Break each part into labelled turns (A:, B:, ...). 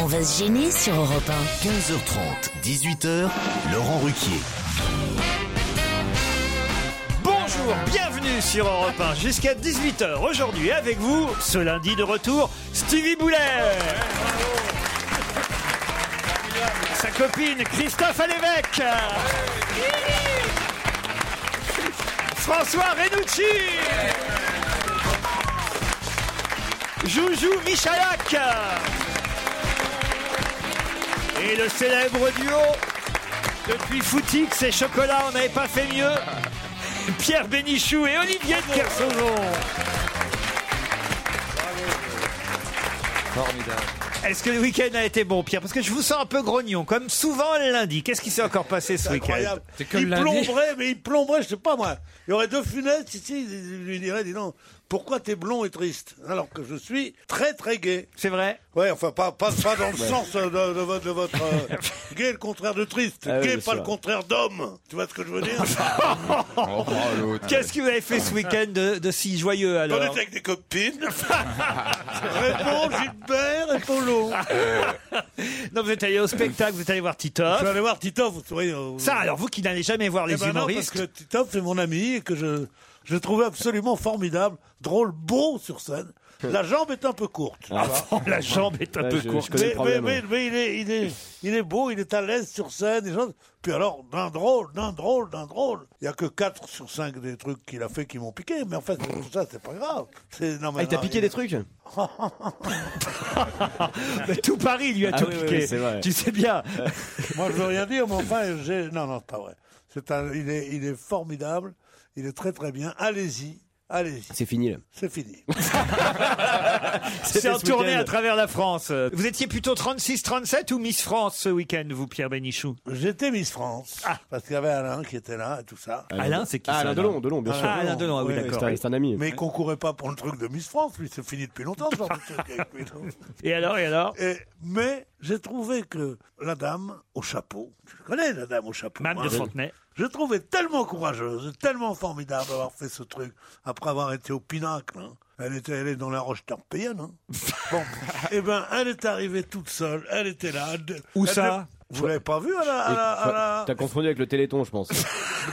A: On va se gêner sur Europe
B: 15h30, 18h, Laurent Ruquier.
C: Bonjour, bienvenue sur Europe 1 jusqu'à 18h aujourd'hui avec vous, ce lundi de retour, Stevie Boulet. Sa copine Christophe Alévèque. François Renucci. Joujou Michalak. Et le célèbre duo depuis Footix et Chocolat, on n'avait pas fait mieux. Pierre Bénichou et Olivier de Kersauzon.
D: Formidable.
C: Est-ce que le week-end a été bon, Pierre Parce que je vous sens un peu grognon, comme souvent le lundi. Qu'est-ce qui s'est encore passé ce week-end
E: Incroyable. il plomberait, mais il plomberait, je sais pas moi. Il y aurait deux fenêtres ici, il lui dirait, dis donc, pourquoi t'es blond et triste Alors que je suis très très gay.
C: C'est vrai
E: Ouais, enfin, pas, pas, pas dans le
D: Ouais.
E: sens euh, de, de votre... de votre, euh, gay, le contraire de triste.
D: Ah oui, bien
E: gay, pas
D: sûr.
E: le contraire d'homme. Tu vois ce que je veux dire Oh,
C: Qu'est-ce que vous avez fait ce week-end de, de si joyeux
E: On
C: alors
E: était avec des copines. Raymond, Gilbert et Polo.
C: Non, vous êtes allé au spectacle, vous êtes allé voir
E: Je vais
C: Titoff.
E: aller voir Tito, vous savez... euh,
C: Ça, alors vous qui n'allez jamais voir les
E: Eh ben non, parce
C: humoristes.
E: que Titoff, c'est mon ami et que je, je trouvais absolument formidable, drôle, beau sur scène. La jambe est un peu courte.
C: Oh, la jambe est un
D: Ouais,
C: peu
D: je-
C: courte.
D: je connais
E: Mais,
D: le problème,
E: Ah. mais-
D: ouais.
E: mais- mais il, est, il, est, il est beau, il est à l'aise sur scène. et choses. Puis alors, d'un drôle, d'un drôle, d'un drôle. Il n'y a que 4 sur 5 des trucs qu'il a fait qui m'ont piqué. Mais en fait, tout ça, c'est pas grave. C'est- non, mais
D: Ah, il t'a
E: non,
D: piqué des trucs
C: Mais tout Paris lui a
D: Ah
C: tout
D: oui, oui,
C: piqué.
D: oui, c'est vrai.
C: tu sais bien.
E: Moi, je veux rien dire, mais enfin, j'ai... Non, non, c'est pas vrai. C'est un- il, est, il est formidable. Il est très, très bien. Allez-y. Allez-y.
D: C'est fini là.
E: C'est fini.
C: C'est en
D: ce
C: tournée
D: week-end.
C: à travers la France. Vous étiez plutôt 36-37 ou Miss France ce week-end, vous, Pierre Bénichou
E: J'étais Miss France, parce qu'il y avait Alain qui était là et tout ça.
C: Ah. Alain, c'est qui
D: Ah,
C: ça,
D: Alain Delon, Delon, bien
E: Ah,
D: sûr.
C: Ah, Alain Delon, ah oui,
E: Ouais,
C: d'accord.
D: C'est un- c'est un ami.
E: Mais il concourait pas pour le truc de Miss France, lui, c'est fini depuis longtemps, ce genre de truc avec lui, donc.
C: Et alors, et alors
E: Et- mais j'ai trouvé que la dame au chapeau, je connais la dame au chapeau,
C: Madame
E: hein,
C: de Fontenay.
E: je trouvais tellement courageuse, tellement formidable d'avoir fait ce truc, après avoir été au pinacle. hein. Elle était allée dans la roche tarpéienne. Hein. Bon, eh ben, elle est arrivée toute seule, elle était là. elle-
C: Où
E: elle-
C: ça
E: Vous l'avez pas vue à la... à
D: Et-
E: la- à la-
D: T'as confondu avec le Téléthon, je pense.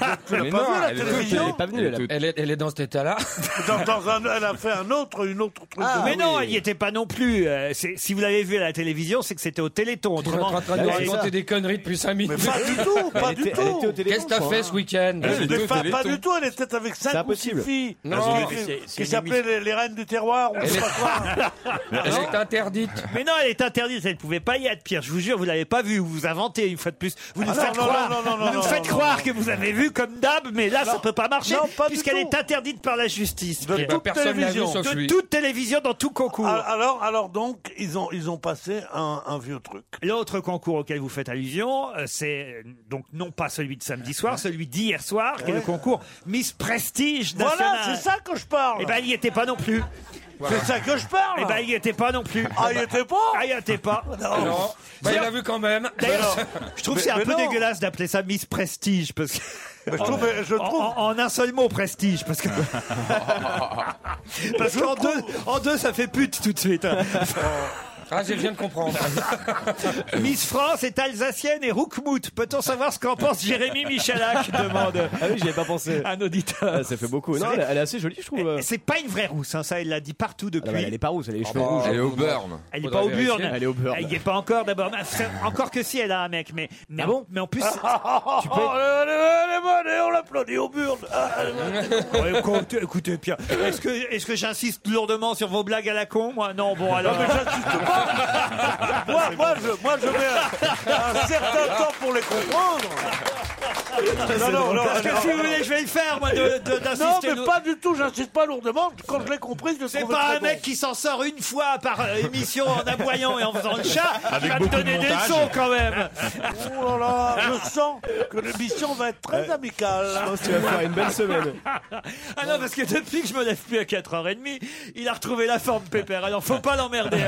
F: ah
E: tu l'as pas vue à la
D: Elle
E: télévision
D: est pas venue. elle a-
G: Elle est, elle est dans cet état-là.
E: Dans- dans un- elle a fait un autre, une autre truc. de-
C: Ah mais non, elle n'y était pas non plus. Euh, c'est- si vous l'avez vu à la télévision, c'est que c'était au Téléthon.
G: Tu es en
C: Autrement,
G: train de
C: elle-
G: nous raconter des conneries depuis 5
E: Mais
G: minutes.
E: pas du tout, pas
D: Elle
E: du
D: était- elle était au
E: tout.
D: Téléthon,
G: Qu'est-ce que t'as
D: je
G: fait
D: crois,
G: ce week-end
E: Mais pas, pas du tout, elle était avec
D: C'est
E: cinq ou six
D: impossible.
E: filles
G: Non,
E: qui,
G: mais c'est-
E: qui
G: c'est une
E: s'appelaient les, les reines du terroir ou je sais pas quoi.
G: Elle est interdite.
C: Mais non, elle est interdite, elle ne pouvait pas y être, Pierre. Je vous jure, vous l'avez pas vu. Vous vous inventez une fois de plus. Vous nous
E: Ah non,
C: faites
E: non,
C: croire,
E: non, non, non,
C: vous nous
E: non,
C: faites
E: non,
C: croire
E: non.
C: que vous avez vu comme d'hab, mais là, ça peut pas marcher
E: non, pas du
C: puisqu'elle
E: tout.
C: est interdite par la justice.
E: De
C: Pierre.
E: toute
G: Personne l'a vu
E: télévision.
G: sauf
C: de
G: lui.
C: toute télévision, dans tout concours.
E: Al- Alors, alors donc, ils ont, ils ont passé un, un vieux truc.
C: L'autre concours auquel vous faites allusion, euh, c'est euh, donc non pas celui de samedi soir, celui d'hier soir, qui est le concours Miss Prestige National. ben,
E: Voilà, c'est ça que je parle.
C: Eh ben, elle n'y était pas non plus.
E: C'est ça que je parle
C: Eh ben, il n'y était pas non plus.
E: Ah, il y était pas
C: Ah, il n'y était pas.
E: Non.
G: Non, bah, il l'a vu quand même.
C: D'ailleurs, je trouve que c'est un
E: mais
C: peu
E: non.
C: dégueulasse d'appeler ça Miss Prestige, parce que...
E: Je trouve, je
C: En,
E: trouve,
C: en- en un seul mot, prestige, parce que parce qu'en deux, en deux, ça fait pute tout de suite. hein.
G: Ah, je viens de comprendre.
C: Miss France est alsacienne et Roukmout. Peut-on savoir ce qu'en pense Jérémy Michalak demande
D: Ah oui, j'y ai pas pensé.
C: un auditeur.
D: Ah, ça fait beaucoup. Non,
C: C'est-
D: elle, elle est assez jolie, je trouve.
C: Eh, C'est pas une vraie rousse, hein, ça, il l'a dit partout depuis.
D: Ah bah, elle est pas rouge, elle a les cheveux rouges.
H: Elle est au burn.
C: Elle n'est
G: Faudra
C: pas au
G: vérifier.
C: burn.
D: Elle est au burn.
C: Elle n'y est pas encore d'abord. Mais c'est- Encore que si, elle a un mec. Mais, mais,
D: Ah
C: en-
D: bon
C: mais en plus,
D: Tu peux être-
E: Allez, on l'applaudit au burn. Ah.
C: Ouais, écoute- écoutez, Pierre, est-ce que, est-ce que j'insiste lourdement sur vos blagues à la con Moi, non, bon, alors.
E: Moi, moi, je, moi, je mets un, un certain temps pour les comprendre. Non, non, non,
C: Parce que si
E: non.
C: vous voulez, je vais le faire, moi, de, de- d'insister.
E: Non, mais
C: lourd-
E: pas du tout, j'insiste pas lourdement. Quand je l'ai compris, je le
C: C'est
E: trouvais
C: pas
E: très
C: un mec
E: bon.
C: qui s'en sort une fois par euh, émission en aboyant et en faisant le chat. qui
H: Avec
C: va me
H: beaucoup de
C: donner des
H: montage.
C: sons quand même.
E: Oh là là, je sens que l'émission va être très amicale.
D: Tu vas faire une belle semaine.
C: Ah non, parce que depuis que je me lève plus à 4h30, il a retrouvé la forme, Pépère. Alors, faut pas l'emmerder.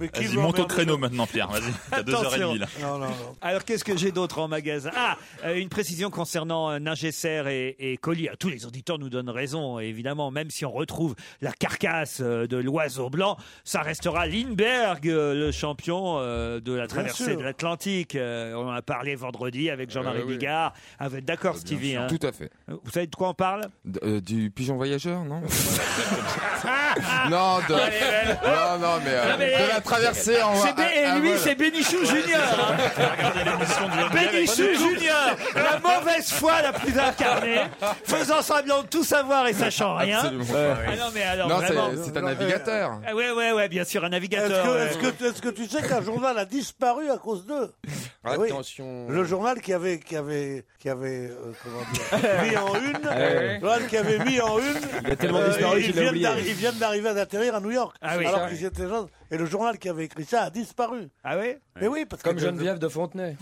E: Mais qui
H: Vas-y,
E: veut
H: monte au
E: emmerder-
H: créneau maintenant, Pierre. Vas-y, t'as deux heures et demie là.
E: Non, non, non.
C: Alors, qu'est-ce que j'ai d'autre en magasin Ah, euh, une précision concernant euh, Ningesser et, et Collier. Tous les auditeurs nous donnent raison, évidemment. Même si on retrouve la carcasse euh, de l'oiseau blanc, ça restera Lindbergh, euh, le champion euh, de la traversée
E: sûr.
C: de l'Atlantique. Euh, on en a parlé vendredi avec Jean-Marie
H: Euh, oui.
C: Bigard. Ah, vous êtes d'accord, Stevie hein
H: Tout à fait.
C: Vous savez de quoi on parle
H: D- euh, du pigeon voyageur, non Ah. Non, de... non, non, mais, euh,
C: Non, mais-
H: de la traversée Ah, en
C: C'est Bé-
H: à-
C: et
H: à
C: lui,
H: voile.
C: c'est Bénichou Junior. hein. Bénichou Junior, la mauvaise foi la plus incarnée, faisant semblant de tout savoir et sachant rien.
H: Absolument.
C: Ah non, mais alors
H: Non,
C: vraiment.
H: c'est- c'est un navigateur.
C: Ah ouais, ouais, ouais, bien sûr, un
E: Est-ce
C: navigateur.
E: que,
C: ouais.
E: est-ce que- est-ce que tu sais qu'un journal a disparu à cause d'eux
H: Ah,
E: Oui.
G: Attention.
E: Le journal qui avait, qui avait, qui avait, euh, comment dire, mis en une, le journal qui avait mis en une, euh, il
D: tellement disparu
E: ils,
D: qu'il l'a
E: viennent
D: oublié.
E: d'arri- ils viennent d'arriver à d'atterrir à New York.
C: Ah oui,
E: alors
C: ça,
E: qu'ils étaient jeunes. Et le journal qui avait écrit ça a disparu.
C: Ah ouais
E: Mais oui, parce
G: Comme
E: que
G: Geneviève de Fontenay.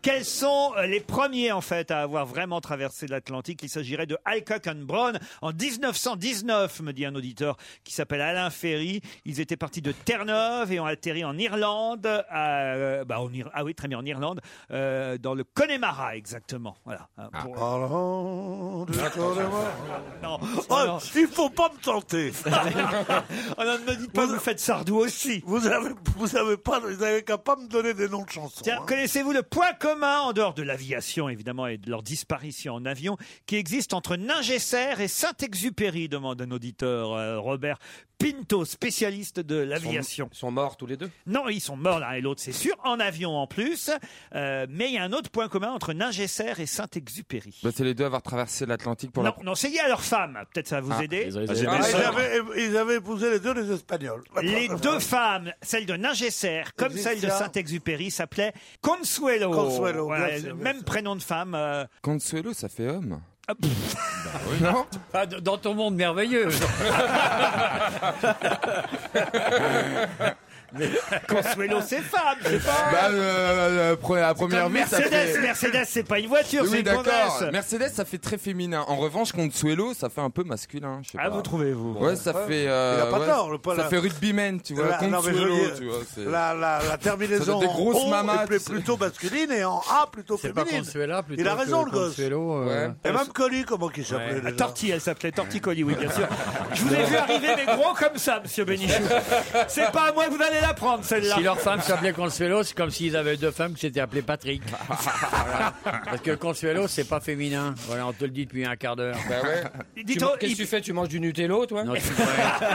C: Quels sont euh, les premiers, en fait, à avoir vraiment traversé l'Atlantique Il s'agirait de Alcock and Brown en 1919, me dit un auditeur qui s'appelle Alain Ferry. Ils étaient partis de Terre-Neuve et ont atterri en Irlande. à, euh, bah, en Ir- ah oui, très bien, en Irlande, euh, dans le Connemara, exactement. Voilà. hein,
H: Ah.
C: pour-
E: Parlons du Connemara.
C: non.
E: Oh,
C: Oh, non.
E: il faut pas me tenter.
C: Oh, non, ne me dites pas, vous faites Sardou aussi.
E: Vous avez, vous avez pas, vous avez qu'à pas me donner des noms de chansons.
C: Tiens,
E: hein.
C: connaissez-vous le point commun, en dehors de l'aviation évidemment et de leur disparition en avion, qui existe entre Ningesser et Saint-Exupéry demande un auditeur, euh, Robert Pinto, spécialiste de l'aviation.
G: Ils sont morts tous les deux.
C: Non, ils sont morts l'un et l'autre, c'est sûr, en avion en plus. Euh, mais il y a un autre point commun entre Ningesser et Saint-Exupéry.
H: Bah, c'est les deux avoir traversé l'Atlantique pour
C: Non,
H: la.
C: non c'est lié à leur femme. Peut-être ça va vous
H: Ah,
C: aider.
D: Désolé,
H: Ah,
D: désolé.
H: j'ai-
E: Ils avaient, ils avaient épousé les deux les Espagnols.
C: Les deux femmes, celle de Ningesser comme celle de
E: Ningesser.
C: Saint-Exupéry, s'appient Consuelo.
E: Consuelo,
C: Voilà,
E: bien sûr, bien
C: même
E: sûr.
C: prénom de femme. euh,
H: Consuelo, ça fait homme. Bah Non
D: Dans ton monde merveilleux.
C: Consuelo, c'est femme, c'est pas.
H: Bah, euh, euh, pre- à première
C: Comme
H: vue, ça
C: Mercedes,
H: fait.
C: Mercedes, c'est pas une voiture, c'est
H: Oui,
C: une
H: d'accord.
C: converse.
H: Mercedes, ça fait très féminin. En revanche, Consuelo, ça fait un peu masculin. Je sais
C: Ah,
H: pas.
C: vous trouvez, vous
H: Ouais, ça fait. euh,
E: Il a pas
H: ouais,
E: tort, le Paul.
H: Ça fait rugbyman, tu vois.
E: La- non, mais je veux
H: Consuelo,
E: dire,
H: tu vois. c'est-
E: La, la, la
H: Ça doit
E: terminaison
H: être des grosses
E: en O
H: mamas,
E: est plus-
H: tu sais.
E: plutôt masculine et en A plutôt féminine. Il a raison, le gosse.
I: euh.
H: Ouais.
E: Et même connu, comment qu'il s'appelait
C: Ah,
E: déjà.
C: Torti, elle s'appelait Torticolis, oui, bien sûr. Je vous ai vu arriver des gros comme ça, monsieur Bénichou. C'est pas à moi que vous allez la prendre, celle-là.
I: Si leur femme s'appelait Consuelo, c'est comme s'ils avaient deux femmes qui s'étaient appelées Patrick. Voilà. Parce que Consuelo, c'est pas féminin. Voilà, on te le dit depuis un quart d'heure.
G: Bah ouais. Tu-
C: Dites-moi,
G: Qu'est-ce que tu fais Tu manges du Nutello, toi
I: Non, c'est vrai.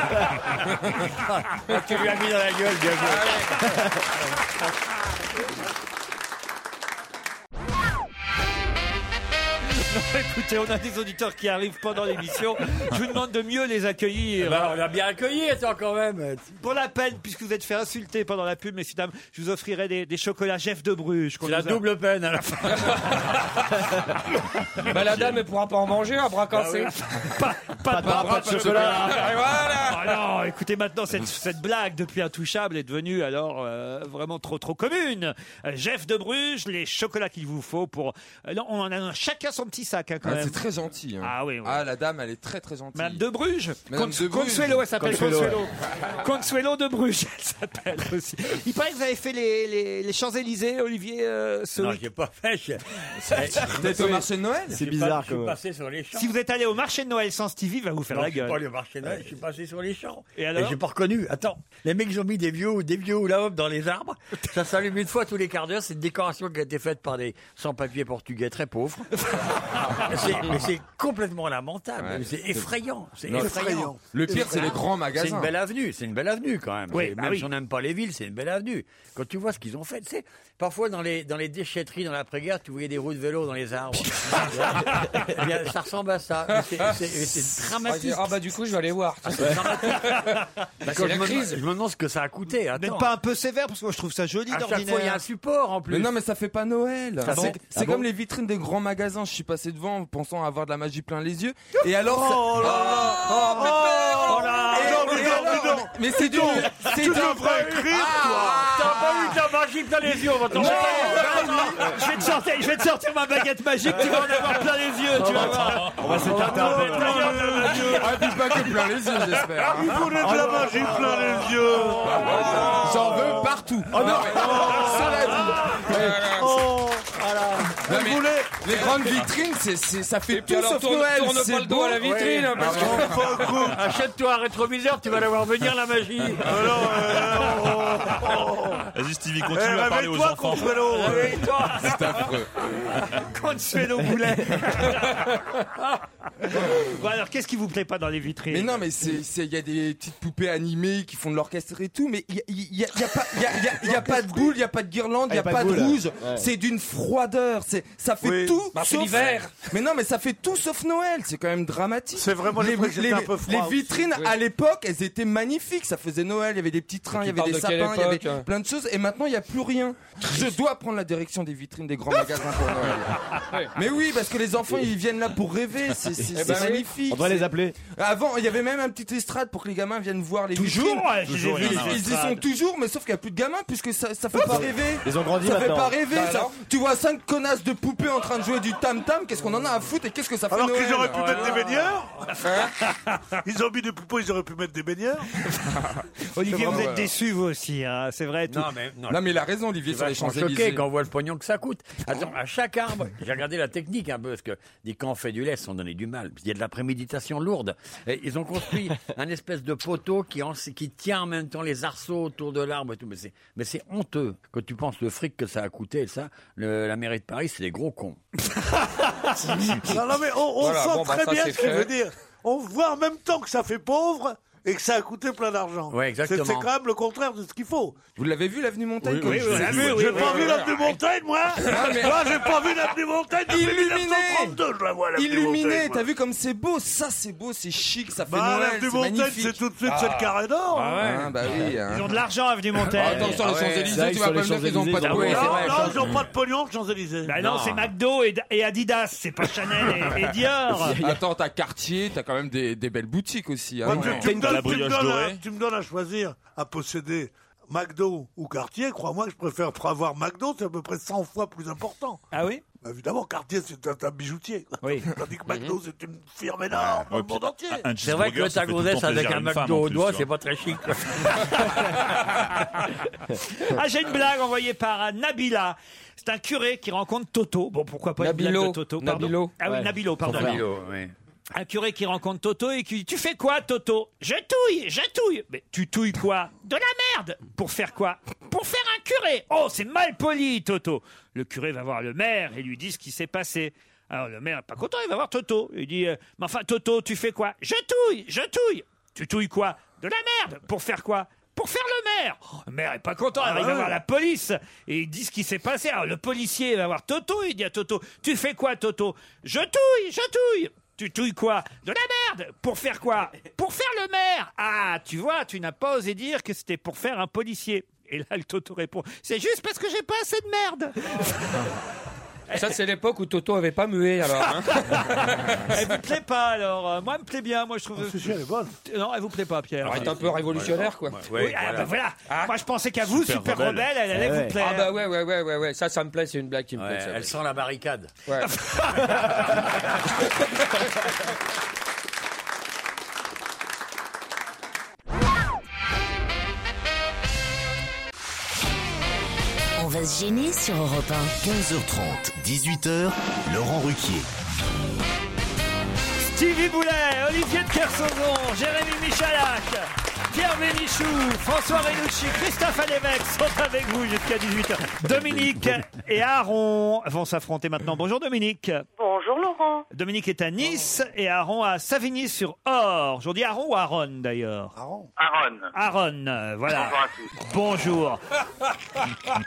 I: tu lui as mis dans la gueule, bien joué.
C: écoutez, on a des auditeurs qui arrivent pendant l'émission. Je vous demande de mieux les accueillir.
I: Bah, on l'a bien accueilli, attends, quand même.
C: Pour la peine, puisque vous êtes fait insulter pendant la pub, messieurs, dames, je vous offrirai des, des chocolats Jeff de Bruges. qu'on
I: C'est la
C: nous a-
I: double peine à la fin.
G: Bah, la dame, elle pourra pas en manger, à bras
I: Bah
G: cassés.
C: Pas, pas de bras, pas de chocolat.
G: Et voilà
C: Ah non, écoutez maintenant cette, cette blague depuis intouchable est devenue alors euh, vraiment trop trop commune. Euh, Jeff de Bruges, les chocolats qu'il vous faut pour euh, non, on en a un, chacun son petit petit sac, hein, quand
H: Ah,
C: même.
H: c'est très gentil. hein.
C: Ah oui, oui.
H: Ah, la dame, elle est très très gentille.
C: Madame de Bruges.
H: Madame
C: Cons-
H: de Bruges.
C: Consuelo, elle s'appelle
H: Consuelo,
C: Consuelo.
H: ouais.
C: Consuelo de Bruges, elle s'appelle aussi. Il paraît que vous avez fait les, les, les Champs-Élysées, Olivier, euh, ce
I: Non,
C: week-
I: j'ai pas fait. je- Eh,
H: T'es au marché de Noël
I: Je
C: C'est
I: suis pas-
C: bizarre,
I: Je
C: quand
I: suis
C: même.
I: passé sur les champs.
C: Si vous êtes allé au marché de Noël sans Stevie, il va vous faire
I: Non,
C: la
I: je suis
C: gueule.
I: pas allé au marché de Noël, je suis passé sur les champs.
C: Et alors
I: j'ai pas reconnu. Attends, les mecs ils ont mis des vieux, des vieux hula-hoop dans les arbres. Ça s'allume une fois tous les quarts d'heure. C'est une décoration qui a été faite par des sans-papiers portugais très pauvres. C'est- mais c'est complètement lamentable.
H: Ouais.
I: C'est effrayant. C'est
H: Non,
I: effrayant.
H: Le pire, c'est les grands magasins.
I: C'est une belle avenue. C'est une belle avenue quand même.
C: Oui,
I: Et
C: bah
I: même
C: oui.
I: si on n'aime pas les villes, c'est une belle avenue. Quand tu vois ce qu'ils ont fait, tu sais, parfois dans les, dans les déchetteries, dans l'après-guerre, tu voyais des roues de vélo dans les arbres. Eh bien, ça ressemble à ça. Mais c'est- c'est- C'est dramatique. Bah,
G: Ah bah du coup je vais aller voir.
I: Parce
G: C'est
I: que
G: la
I: je, me,
G: crise.
I: je me demande ce que ça a coûté.
C: Vous
I: Attends.
C: N'êtes pas un peu sévère parce que moi je trouve ça joli
I: à chaque
C: d'ordinaire.
I: fois, il y a un support en plus.
H: Mais non, mais ça fait pas Noël.
I: Ça
H: C'est
I: fait-
H: c'est
I: Ah
H: comme
I: bon
H: les vitrines des grands magasins. Je suis passé devant en pensant avoir de la magie plein les yeux. Et alors. ça-
E: Oh là là
H: Oh, mais père,
C: Oh là
H: Et-
E: non, mais
H: et
E: non,
H: alors-
E: mais non.
H: oh, Mais c'est du.
E: Tu
H: C'est du-
E: devrais
C: Ah.
E: écrire, toi
I: T'as pas eu de la magie dans les yeux, on va t'en
C: Je vais, te sortir, je vais te sortir ma baguette magique, tu vas en avoir plein les yeux, tu vas voir. On va s'écarter un Ah, peu.
H: Ah, dis pas que plein les yeux,
D: Ah,
H: j'espère. hein.
E: Il voulait de la magie plein les yeux
H: J'en veux partout. non, mais- cela dit. Ouais. Non, mais
E: Il voulait...
H: Les grandes vitrines, c'est- c'est- ça fait tout
G: alors
H: sauf
G: tourne,
H: Noël.
G: tourne
H: c'est
G: pas le dos
H: beau. Ah
G: à la vitrine. hein, parce que-
I: Achète-toi un rétroviseur, tu vas la voir venir la magie. Oh
J: Vas-y Stevie,
E: Eh,
J: continue à parler aux
E: réveille-toi,
J: enfants.
E: Consuelo
H: C'est affreux.
C: Consuelo Boulet. bon alors, qu'est-ce qui vous plaît pas dans les vitrines
H: Mais non, mais c'est, c'est- il y a des petites poupées animées qui font de l'orchestre et tout, mais il y a, il y a- il y a pas, il y a, il y a- il y a pas de boule, il y a pas de
G: Ah,
H: guirlande, il y a pas de rouge. C'est d'une froideur. C'est, ça fait
E: Oui.
H: tout
G: Bah, c'est
H: sauf.
G: l'hiver.
H: Mais non, mais ça fait tout sauf Noël. C'est quand même dramatique.
E: C'est vraiment
H: les,
E: l'impression que c'était
H: les-
E: un peu froid
H: les
E: aussi.
H: vitrines
E: Oui.
H: à l'époque, elles étaient magnifiques. Ça faisait Noël. Il y avait des petits trains,
G: tu
H: il y avait
G: parles
H: des
G: de quelle
H: sapins, il y avait
G: époque, hein
H: plein de choses. Et maintenant, il y a plus rien. Je dois prendre la direction des vitrines des grands magasins pour Noël. mais oui, parce que les enfants, ils viennent là pour rêver. C'est,
E: Eh
H: c'est- c'est
G: ben oui.
H: magnifique.
F: On va les
H: C'est-
F: appeler.
H: avant, il y avait même un petit estrade pour que les gamins viennent voir les
C: Toujours
H: vitrines.
C: ouais, je les ai
J: Toujours,
C: vus,
J: il y
H: Ils,
C: les
J: en a.
H: ils y
C: estrades.
H: sont toujours, mais sauf qu'il n'y a plus de gamins puisque ça, ça fait pas rêver.
F: Ils ont grandi
H: Ça fait
F: maintenant.
H: pas rêver.
G: Bah
H: ça.
G: alors
H: Tu vois cinq connasses de poupées en train de jouer du tam tam. Qu'est-ce qu'on en a à foutre et qu'est-ce que ça fait
E: Alors
H: Noël Hein
E: qu'ils auraient pu
H: Ouais.
E: mettre des baigneurs Ils ont mis des poupons, ils auraient pu mettre des baigneurs
C: Olivier, vous
H: vraiment,
C: êtes
H: ouais.
C: déçu vous aussi, hein, c'est vrai. tout.
I: Non, mais non.
H: Non mais il a raison Olivier
I: Je
H: sur les
I: suis
H: champs
I: choqué
H: Élysées.
I: quand on voit le pognon que ça coûte. Attends, à chaque arbre, j'ai regardé la technique un peu, parce que des camps fait du lait se sont donné du mal. Il y a de la préméditation lourde. Et ils ont construit un espèce de poteau qui, en- qui tient en même temps les arceaux autour de l'arbre et tout. Mais c'est, mais c'est honteux. Quand tu penses le fric que ça a coûté, ça, le- la mairie de Paris, c'est des gros cons.
E: Non, non, mais on, on
G: Voilà,
E: sent
G: bon, bah,
E: très
G: ça,
E: bien
G: c'est
E: ce qu'il
G: fait.
E: veut dire. On voit en même temps que ça fait pauvre et que ça a coûté plein d'argent.
I: Ouais,
E: C'est-
I: exactement.
E: c'est quand même le contraire de ce qu'il faut.
H: Vous l'avez vu l'avenue Montaigne
C: Oui,
H: comme
C: oui,
H: je
C: on
H: disais,
C: l'a vu,
H: ouais.
C: oui,
E: J'ai
C: oui,
E: pas
C: oui,
E: vu
C: oui.
E: l'avenue Montaigne, moi
J: Ah,
H: mais-
E: Moi, j'ai pas vu l'avenue Montaigne depuis
H: Illuminé
E: 1932, je la vois, l'avenue Montaigne,
H: Illuminé,
E: moi.
H: t'as vu comme c'est beau, ça c'est beau, c'est chic, ça fait
E: Bah,
H: Noël,
E: l'avenue
H: c'est
E: Montaigne, c'est
H: magnifique.
E: tout de suite cette carré d'or
H: Ah, bah oui. hein.
C: Ils ont de l'argent avenue Montaigne.
H: Attends, sur les
I: Ah ouais.
F: C'est
H: Champs-Élysées,
F: vrai
H: tu
F: que
H: vas pas
F: sur
H: me
F: les
H: dire qu'ils ont
F: Champs-Élysés, ils
H: pas de
F: ont-
H: ouais,
F: Ouais,
H: c'est
C: Ah
E: Non,
H: vrai.
E: non, ils n'ont pas de pognon aux Champs-Élysées.
C: Bah non,
H: Non.
C: c'est McDo et, et Adidas, c'est pas Chanel et, et Dior.
H: Attends, t'as Cartier, t'as quand même des, des belles boutiques aussi. hein.
E: Moi, tu- tu, me donnes,
J: la
E: tu me
J: brioche
E: donnes à-
J: dorée.
E: tu me donnes à choisir, à posséder McDo ou Cartier, crois-moi que je préfère avoir McDo, c'est à peu près 100 fois plus important.
C: Ah oui
E: Bah, évidemment, Cartier, c'est un, un bijoutier.
C: Oui.
E: Tandis que McDo, c'est une firme énorme dans
J: Mhm. Ouais,
E: le monde entier.
J: Un
I: C'est vrai que
J: cheeseburger,
I: le
J: ça fait tout le
I: tagodesse
J: temps
I: avec
J: plaisir à
I: un
J: une femme,
I: McDo
J: en
I: au
J: plus,
I: doigt,
J: tu
I: c'est pas très chic. quoi.
C: Ah, j'ai une blague envoyée par euh, Nabila. C'est un curé qui rencontre Toto. Bon, pourquoi pas une blague de
H: Nabilo.
C: Toto pardon.
H: Nabilo.
C: Ah oui,
F: Ouais.
C: Nabilo, pardon.
I: Nabilo, ouais.
C: Un curé qui rencontre Toto et qui dit Tu fais quoi, Toto Je touille, je touille. Mais tu touilles quoi De la merde Pour faire quoi Pour faire un curé Oh, c'est mal poli, Toto Le curé va voir le maire et lui dit ce qui s'est passé. Alors le maire, pas content, il va voir Toto. Il dit euh, Mais enfin, Toto, tu fais quoi Je touille, je touille. Tu touilles quoi De la merde Pour faire quoi pour faire le maire. Oh, le maire est pas content, alors il va voir la police et il dit ce qui s'est passé. Alors le policier va voir Toto, il dit à Toto, tu fais quoi Toto Je touille, je touille. Tu touilles quoi De la merde Pour faire quoi Pour faire le maire Ah, tu vois, tu n'as pas osé dire que c'était pour faire un policier. Et là, le Toto répond, c'est juste parce que j'ai pas assez de merde.
G: Ça, c'est l'époque où Toto avait pas mué, alors. hein.
C: Elle vous plaît pas alors euh, Moi, elle me plaît bien. Moi, je trouve.
E: Ah,
C: Euh,
E: elle est bonne.
C: Non, elle vous plaît pas, Pierre.
G: Alors, elle est un peu révolutionnaire, quoi.
C: Oui, ah, bah, voilà. Moi, je pensais qu'à vous, super, rebelle, Eh elle allait vous plaire.
G: Ah bah ouais, ouais, ouais, ouais, ouais. Ça, ça me plaît, c'est une blague qui me plaît. ça, ouais.
I: elle sent la barricade.
G: Ouais.
A: On va se gêner sur Europe
B: 15h30, 18h, Laurent Ruquier.
C: Stevie Boulet, Eh, Olivier de Kersauzon, Jérémy Michalak, Pierre Bénichou, François Renucci, Christophe Alévèque sont avec vous jusqu'à 18h. Dominique et Aaron vont s'affronter maintenant. Bonjour Dominique.
J: Bonjour Laurent.
C: Dominique est à Nice et Aaron à Savigny-sur-Or. Je dis Aaron ou Aaron d'ailleurs Aaron.
J: Aaron.
C: Aaron, euh, voilà.
J: Bonjour à tous.
C: Bonjour.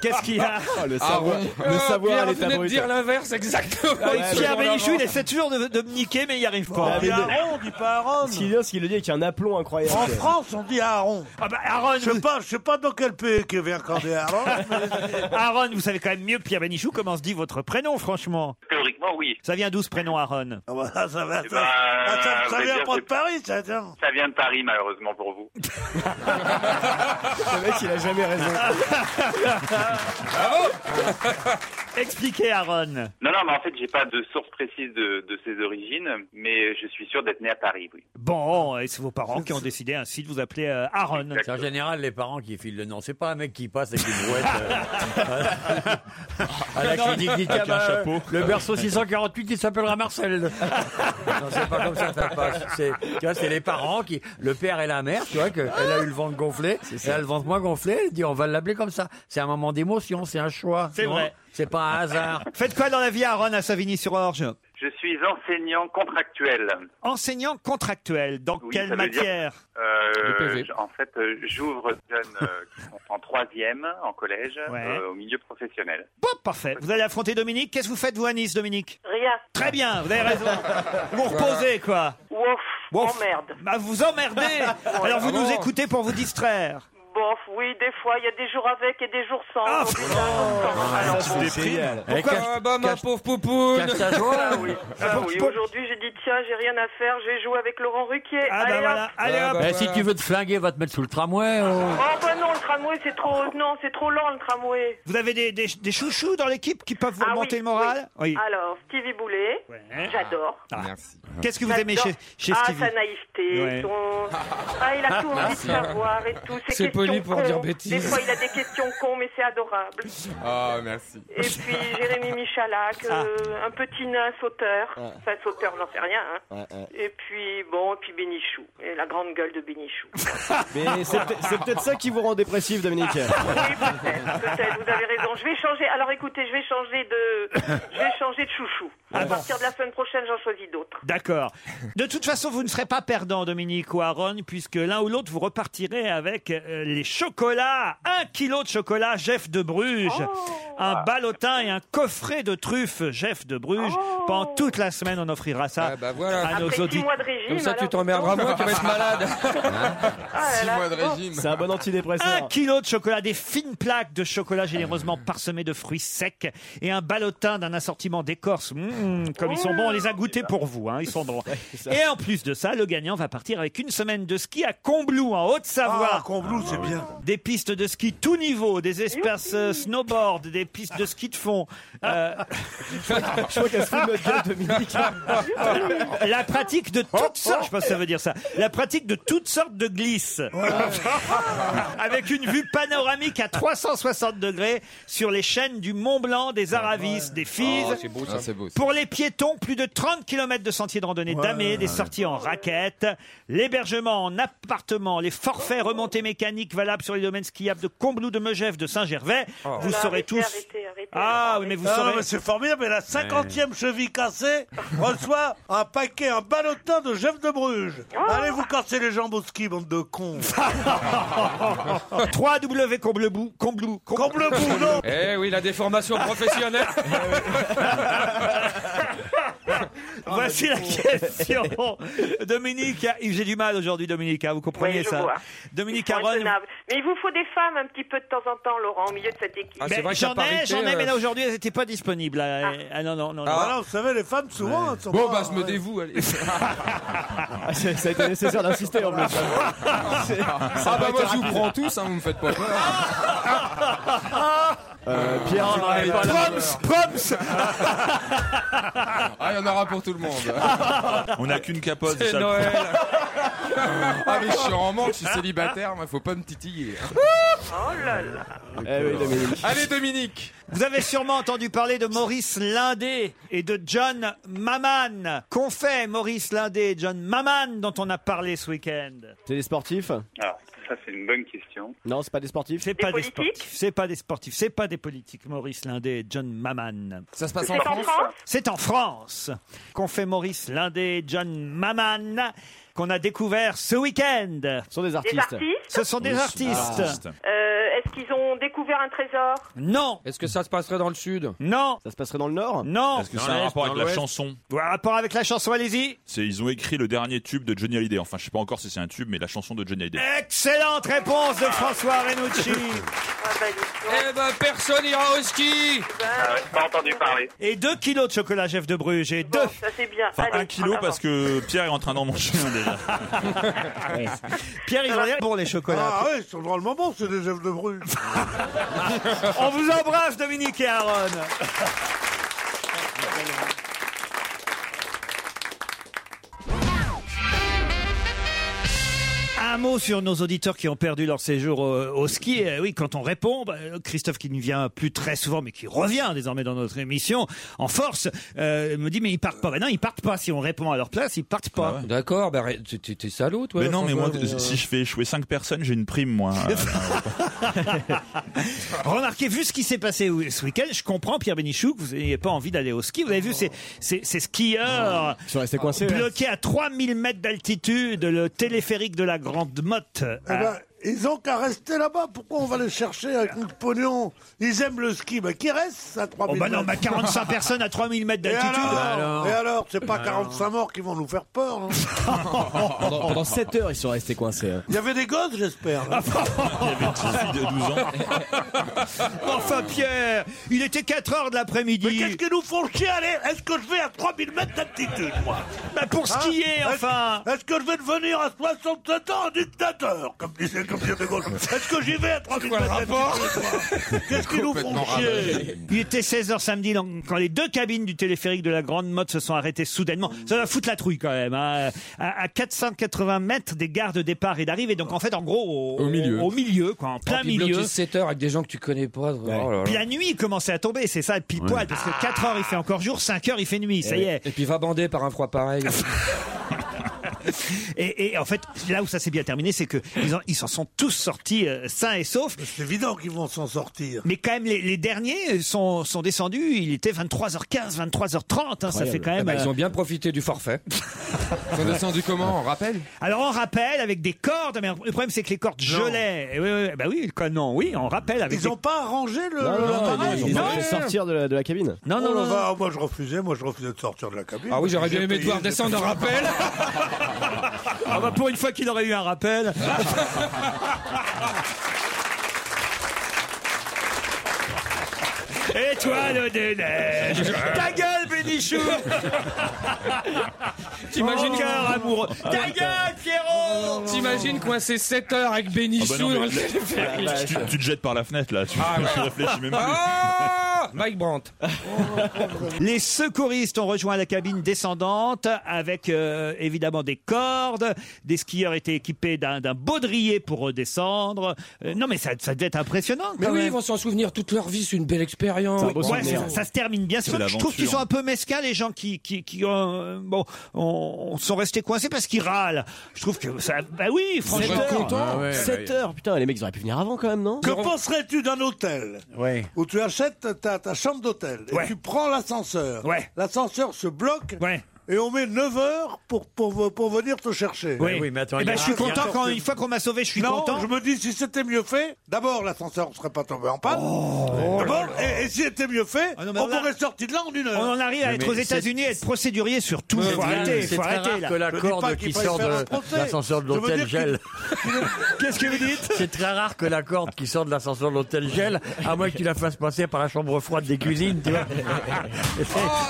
C: Qu'est-ce qu'il y a
F: le savoir-
G: le Ah, savoir Pierre, à vous l'état venez de brutal. dire l'inverse exactement.
C: Ah,
F: Il se
C: Pierre
F: met en
C: Bénichou,
F: avant.
C: il essaie toujours de, de me niquer, mais il n'y arrive
F: Ah,
C: pas.
F: mais de-
E: pas Aaron.
F: Ce qu'il dit, c'est qu'il le dit avec un aplomb incroyable.
E: En France, on dit Aaron.
C: Ah bah Aaron.
E: Je sais pas, je sais pas dans quel pays que vient quand des Aaron.
C: Aaron, vous savez quand même mieux que Pierre Bénichou comment se dit votre prénom, franchement.
J: Théoriquement, oui.
C: Ça vient d'où ce prénom, Aaron
E: Ah, ça va,
J: Eh
E: ça,
J: ben,
E: ah, ça-
J: à
E: ça
J: vrai
E: vient
J: dire,
E: pas de
J: c'est-
E: Paris, ça, tiens.
J: Ça vient de Paris, malheureusement pour vous.
F: Le mec, il a jamais raison.
C: Expliquez, Aaron.
J: Non, non, mais en fait, j'ai pas de source précise de, de ses origines, mais je suis sûr d'être né à Paris, oui.
C: Bon, et c'est vos parents qui ont décidé ainsi de vous appeler euh, Aaron.
J: Exact.
I: C'est en général les parents qui filent le nom. C'est pas un mec qui passe avec une brouette euh, à la clinique du
F: Avec un chapeau.
I: Le berceau 648, il s'appellera Marcel. non, c'est pas comme ça que ça passe. C'est- Tu vois, c'est les parents qui, le père et la mère, tu vois, que elle a eu le ventre gonflé, elle a le ventre moins gonflé, elle dit on va l'appeler comme ça. C'est un moment d'émotion, c'est un choix.
C: C'est
I: tu vois.
C: vrai.
I: C'est pas un hasard.
C: Faites quoi dans la vie, Aaron, à Savigny-sur-Orge
J: Je suis enseignant contractuel.
C: Enseignant contractuel, dans
J: Oui,
C: quelle
J: ça veut dire-
C: matière
J: Euh,
G: Le PV.
J: j- en fait, euh, j'ouvre jeune euh, qui sont en troisième en collège
C: Ouais.
J: euh, au milieu professionnel.
C: Bon, parfait. Vous allez affronter Dominique. Qu'est-ce que vous faites, vous, à Nice, Dominique
J: Rien.
C: Très bien, vous avez raison. Vous reposez, quoi.
J: Ouf.
C: Bof. Bah, vous emmerdez. Alors,
G: Ah
C: vous nous écoutez pour vous distraire.
J: Bof, oui, des fois, il y a des jours avec et des jours sans.
C: Ah,
I: Pourquoi-
G: Ah bah, ma pauvre poupoune.
I: Cache ta joie.
C: Ah,
J: Ah Aujourd'hui, j'ai dit, tiens, j'ai rien à faire, je vais jouer avec Laurent Ruquier.
C: Ah, bah voilà. Allez,
G: Ah,
C: hop.
G: bah,
I: Eh, si tu veux te flinguer, va te mettre sous le tramway. oh.
J: Oh bah non, le tramway c'est trop non, c'est trop lent le tramway.
C: Vous avez des, des- des chouchous dans l'équipe qui peuvent vous
J: Ah
C: remonter
J: oui, Ah,
C: le moral Oui.
J: Alors Stevie Boulet,
C: Ouais.
J: j'adore.
H: Merci.
C: Qu'est-ce que vous aimez
J: J'adore.
C: chez, chez
J: ah,
C: Stevie
J: sa naïveté,
C: Ouais.
J: son... Ah, il a tout envie de savoir et tout. Ses
G: C'est
J: questions
G: poli pour
J: cons.
G: dire
J: Des
G: bêtises.
J: fois, il a des questions cons, mais c'est adorable.
H: Ah, merci.
J: Et puis, Jérémy Michalak,
C: Ah.
J: euh, un petit nain sauteur. Enfin, sauteur, j'en sais rien. hein. Et puis, bon, et puis Bénichou. Et la grande gueule de Bénichou.
F: Mais c'est peut- c'est peut-être ça qui vous rend dépressif, Dominique.
H: Ah,
J: Oui, peut-être, peut-être, vous avez raison. Je vais changer. Alors écoutez, je vais changer de, je vais changer de chouchou. À partir de la semaine prochaine, j'en choisis d'autres.
C: D'accord. De toute façon, vous ne serez pas perdant, Dominique ou Aaron, puisque l'un ou l'autre, vous repartirez avec euh, les chocolats. Un kilo de chocolat, Jeff de Bruges.
J: Oh.
C: Un ballotin et un coffret de truffes, Jeff de Bruges. Pendant toute la semaine, on offrira ça
G: Ah bah voilà.
C: à nos
J: Oh. Après six
C: auditeurs.
J: mois de régime.
G: Comme ça, tu
J: alors,
G: t'emmerderas moins, tu vas être malade.
J: Ah, là,
H: Six
J: là.
H: mois de régime.
F: C'est un bon
C: Un
F: antidépresseur.
C: kilo de chocolat, des fines plaques de chocolat généreusement parsemées de fruits secs et un ballotin d'un assortiment d'écorce. Mmh, comme ils sont bons, on les a goûtés pour vous, hein, ils sont bons. Et en plus de ça, le gagnant va partir avec une semaine de ski à Combloux, en
E: Ah,
C: Haute-Savoie.
E: Combloux, c'est bien.
C: Des pistes de ski tout niveau, des espaces euh, snowboard, des pistes de ski de fond. Euh,
F: Je crois qu'elle se fout de notre gueule, Oh, Dominique.
C: la pratique de toutes sortes, je pense que ça veut dire ça. La pratique de toutes sortes de glisses. Avec une vue panoramique à 360 degrés sur les chaînes du Mont Blanc, des Aravis, des Fils.
G: Oh, c'est beau ça.
H: Ah, c'est beau. ça.
C: Pour les piétons, plus de 30 km de sentiers de randonnée damés, des sorties en raquettes, l'hébergement en appartement, les forfaits remontées mécaniques valables sur les domaines skiables de Combloux, de Megève, de Saint-Gervais. Vous
J: Voilà,
C: saurez
J: arrêtez,
C: tous.
J: arrêtez, arrêtez,
C: ah oui,
J: arrêtez.
C: mais vous
E: Non,
C: saurez.
E: non, Oh. mais c'est formidable, mais la 50e cheville cassée reçoit un paquet, un ballotin de Jeff de Bruges.
J: Oh.
E: Allez vous casser les jambes au ski, bande de cons.
C: 3 W Combloux, Combloux, Combloux.
E: Comble bout, non Ah,
G: Eh oui, la déformation professionnelle.
C: Voici la question. Dominique, a- j'ai du mal aujourd'hui, Dominique, hein, vous comprenez
J: Oui, je
C: ça
J: vois.
C: Dominique
J: Ils sont
C: Caron.
J: intenables. Mais il vous faut des femmes un petit peu de temps en temps, Laurent, au milieu de cette équipe.
C: Ben, j'en ai, j'en ai, mais là aujourd'hui, elles n'étaient pas disponibles. Ah, euh. ah, non, non, non.
E: Ah,
C: non.
E: vous savez, les femmes, souvent,
C: Ouais.
E: elles sont
C: Bon,
E: pas- euh,
C: bah, je me
E: ouais.
C: dévoue, allez.
F: Ah, Ça a été nécessaire d'insister en plus.
H: Ah bah moi je vous prends tous, hein, vous me faites pas peur.
F: Euh, Pierre,
H: Ah,
F: tu
H: ouais,
F: vas-
H: voilà.
C: Proms
H: Ah, il y en aura pour tout le monde.
K: On n'a qu'une capote.
H: C'est
K: ça, le
H: Noël. ah, mais je suis en manque, je suis célibataire, mais faut pas me titiller. Ah,
J: Oh là là.
C: Eh
F: Eh Ah,
H: Allez, Dominique.
C: Vous avez sûrement entendu parler de Maurice Lindé et de John Maman. Qu'ont fait Maurice Lindé et John Maman dont on a parlé ce week-end
F: C'est des sportifs
L: Alors, Ah, ça, c'est une bonne question.
F: Non, c'est pas des sportifs.
C: C'est pas des sportifs. C'est pas des sportifs. C'est pas des politiques. Maurice Lindé et John Maman. Ça se
H: passe en C'est en France France
C: C'est en France qu'ont fait Maurice Lindé et John Maman qu'on a découvert ce week-end. Ce sont des
J: artistes. artistes
C: Ce sont des
J: Oui,
C: artistes.
J: Euh, Est-ce qu'ils ont découvert un trésor
C: Non.
H: Est-ce que ça se passerait dans le sud
C: Non.
F: Ça se passerait dans le nord
C: Non.
K: Est-ce que c'est un rapport avec la chanson
C: Rapport avec la chanson, allez-y.
K: C'est- Ils ont écrit le dernier tube de Johnny Hallyday. Enfin, je sais pas encore si c'est un tube, mais la chanson de Johnny Hallyday.
C: Eh Excellente réponse de François Renucci.
H: Eh ben, personne ira au ski.
L: Ah ouais, pas entendu parler.
C: Et 2 kilos de chocolat Jeff de Bruges et 2
J: Ça, c'est bien.
K: Enfin,
J: Allez,
K: un kilo
J: en
K: parce que Pierre est en train d'en manger un déjà.
C: Pierre, ils ont l'air bons les chocolats.
E: Ah ouais, ils sont drôlement bons, c'est des œufs de brume.
C: On vous embrasse, Dominique et Aaron. Un mot sur nos auditeurs qui ont perdu leur séjour au, au ski. Euh, oui, quand on répond, bah, Christophe qui ne vient plus très souvent, mais qui revient désormais dans notre émission en force, euh, me dit mais ils partent pas. Bah non, ils partent pas. Si on répond à leur place, ils partent pas.
H: D'accord, ben arrête, t'es- t'es t'es salaud, toi.
K: mais non, mais moi,
H: François, euh,
K: si je fais échouer 5 personnes, j'ai une prime, moi.
C: Remarquez, vu ce qui s'est passé au- ce week-end, je comprends, Pierre Bénichou, que vous n'ayez pas envie d'aller au ski. Vous avez vu ces, ces, ces skieurs
F: Ils sont restés coincés, ouais.
C: bloqués à 3000 mètres d'altitude, le téléphérique de la Grande Motte.
E: Eh ben, ils ont qu'à rester là-bas. Pourquoi on va les chercher avec le pognon Ils aiment le ski. Bah, qui reste à 3000
C: Oh bah non,
E: mètres
C: bah 45 personnes à 3000 mètres
E: Et
C: d'altitude. Bah,
E: alors, Et alors C'est pas 45 morts qui vont nous faire peur. hein. non
H: Oh,
F: pendant, pendant 7 heures, ils sont restés coincés. hein.
E: Il y avait des gosses, j'espère. là.
C: Enfin Pierre, il était 4 heures de l'après-midi.
E: Mais qu'est-ce qu'ils nous font chier Allez, est-ce que je vais à 3000 mètres d'altitude, moi Hein?
C: Bah pour skier, enfin
E: Est-ce que je vais devenir à 67 ans un dictateur Comme disait comme disait De Gaulle. Est-ce que j'y vais à 3000 mètres d'altitude moi Qu'est-ce qu'ils nous font chier
C: Il était 16h samedi donc, quand les deux cabines du téléphérique de la Grande Motte se sont arrêtées soudainement. Ça va foutre la trouille quand même. hein. À, à 480 mètres des gares de départ et d'arrivée. Donc en fait, en gros, au,
H: Au milieu.
C: au milieu, quoi, en plein
H: Quand ils
C: milieu.
H: bloquent 7 heures avec des gens que tu connais pas. oh là là.
C: Puis la nuit, il commençait à tomber, c'est ça, pile poil, parce que 4 heures il fait encore jour, 5 heures il fait nuit, ça y est.
H: Ah. Et puis va bander par un froid pareil.
C: Et, et en fait, là où ça s'est bien terminé, c'est que ils en- ils s'en sont tous sortis euh, sains et saufs.
E: C'est évident qu'ils vont s'en sortir.
C: Mais quand même, les, les derniers sont, sont descendus. Il était 23h15, 23h30. hein, ça fait quand
H: Eh
C: même.
H: ben, ils ont
C: euh,
H: bien profité du forfait. ils sont descendus comment On rappelle
C: Alors on rappelle avec des cordes, mais le problème c'est que les cordes gelaient. Eh Oui, oui, oui, bah oui, le canon, oui, on rappelle avec.
E: Ils
C: des-
E: n'ont pas arrangé le.
F: Non, non, non,
E: l'appareil.
F: ils ont fait sortir de la, de la cabine.
C: Non, non,
E: Oh là
C: non,
E: là, Moi, je refusais. Moi, je refusais de sortir de la cabine.
H: Ah oui, j'aurais bien
E: J'ai
H: aimé
E: payé,
H: devoir
E: j'ai
H: descendre un
E: payé.
H: rappel.
C: Ah bah, pour une fois qu'il aurait eu un rappel. Et toi, le
H: Eh,
C: déneige Ta gueule, Bénichou
H: T'imagines- Ah,
C: Mon cœur amoureux
H: Oh,
C: Ta gueule, Pierrot
H: T'imagines coincé 7 heures avec
K: Ah
H: Bénichou
K: bah non, mais
H: dans le
K: là,
H: téléphérique
K: tu, tu te jettes par la fenêtre là, tu, tu réfléchis même plus.
H: Ah Mike Brandt.
C: Les secouristes ont rejoint la cabine descendante avec euh, évidemment des cordes. Des skieurs étaient équipés d'un d'un baudrier pour redescendre. Euh, non, mais ça, ça devait être impressionnant.
H: Mais
C: quand
H: Ah oui,
C: même.
H: ils vont s'en souvenir toute leur vie, c'est une belle expérience.
C: Ouais, c'est ça, ça se termine bien.
H: C'est
C: sûr. je trouve
H: l'aventure.
C: qu'ils sont un peu mesquins, les gens qui, qui, qui ont, euh, bon, on, on sont restés coincés parce qu'ils râlent. Je trouve que ça, bah oui,
H: Oh,
C: franchement.
F: Ah ouais, 7 heures, putain, les mecs, ils auraient pu venir avant quand même, non
E: Que penserais-tu d'un hôtel
C: Ouais.
E: où tu achètes ta, ta chambre d'hôtel et tu prends l'ascenseur
C: Ouais.
E: L'ascenseur se bloque
C: Ouais.
E: et on met 9 heures pour, pour, pour venir te chercher.
C: Oui. Oui, mais attends, Eh ben, il y a- je suis il y a- content quand- une fois qu'on m'a sauvé, je suis
E: non,
C: content. Oh.
E: Je me dis, si c'était mieux fait, d'abord l'ascenseur ne serait pas tombé en panne. d'abord, et, Et si c'était mieux fait, on,
C: Ah on a-
E: aurait sorti de là en une heure.
C: On en arrive à être aux États-Unis, à être procédurier sur tout.
E: Mais
C: Faut
E: voilà,
C: arrêter,
E: c'est
C: faut
E: très
C: arrêter
E: rare
C: là.
E: que la
C: Je dis
E: corde
C: pas qu'il
I: qui
C: faille
I: sort
C: faire un
I: de
C: procès.
I: l'ascenseur de
C: Ça veut
I: l'hôtel
C: dire que-
I: gel.
C: Qu'est-ce que vous dites
I: C'est très rare que la corde qui sort de l'ascenseur de l'hôtel gel, à moins que tu la fasses passer par la chambre froide des cuisines, tu
C: Oh
I: vois.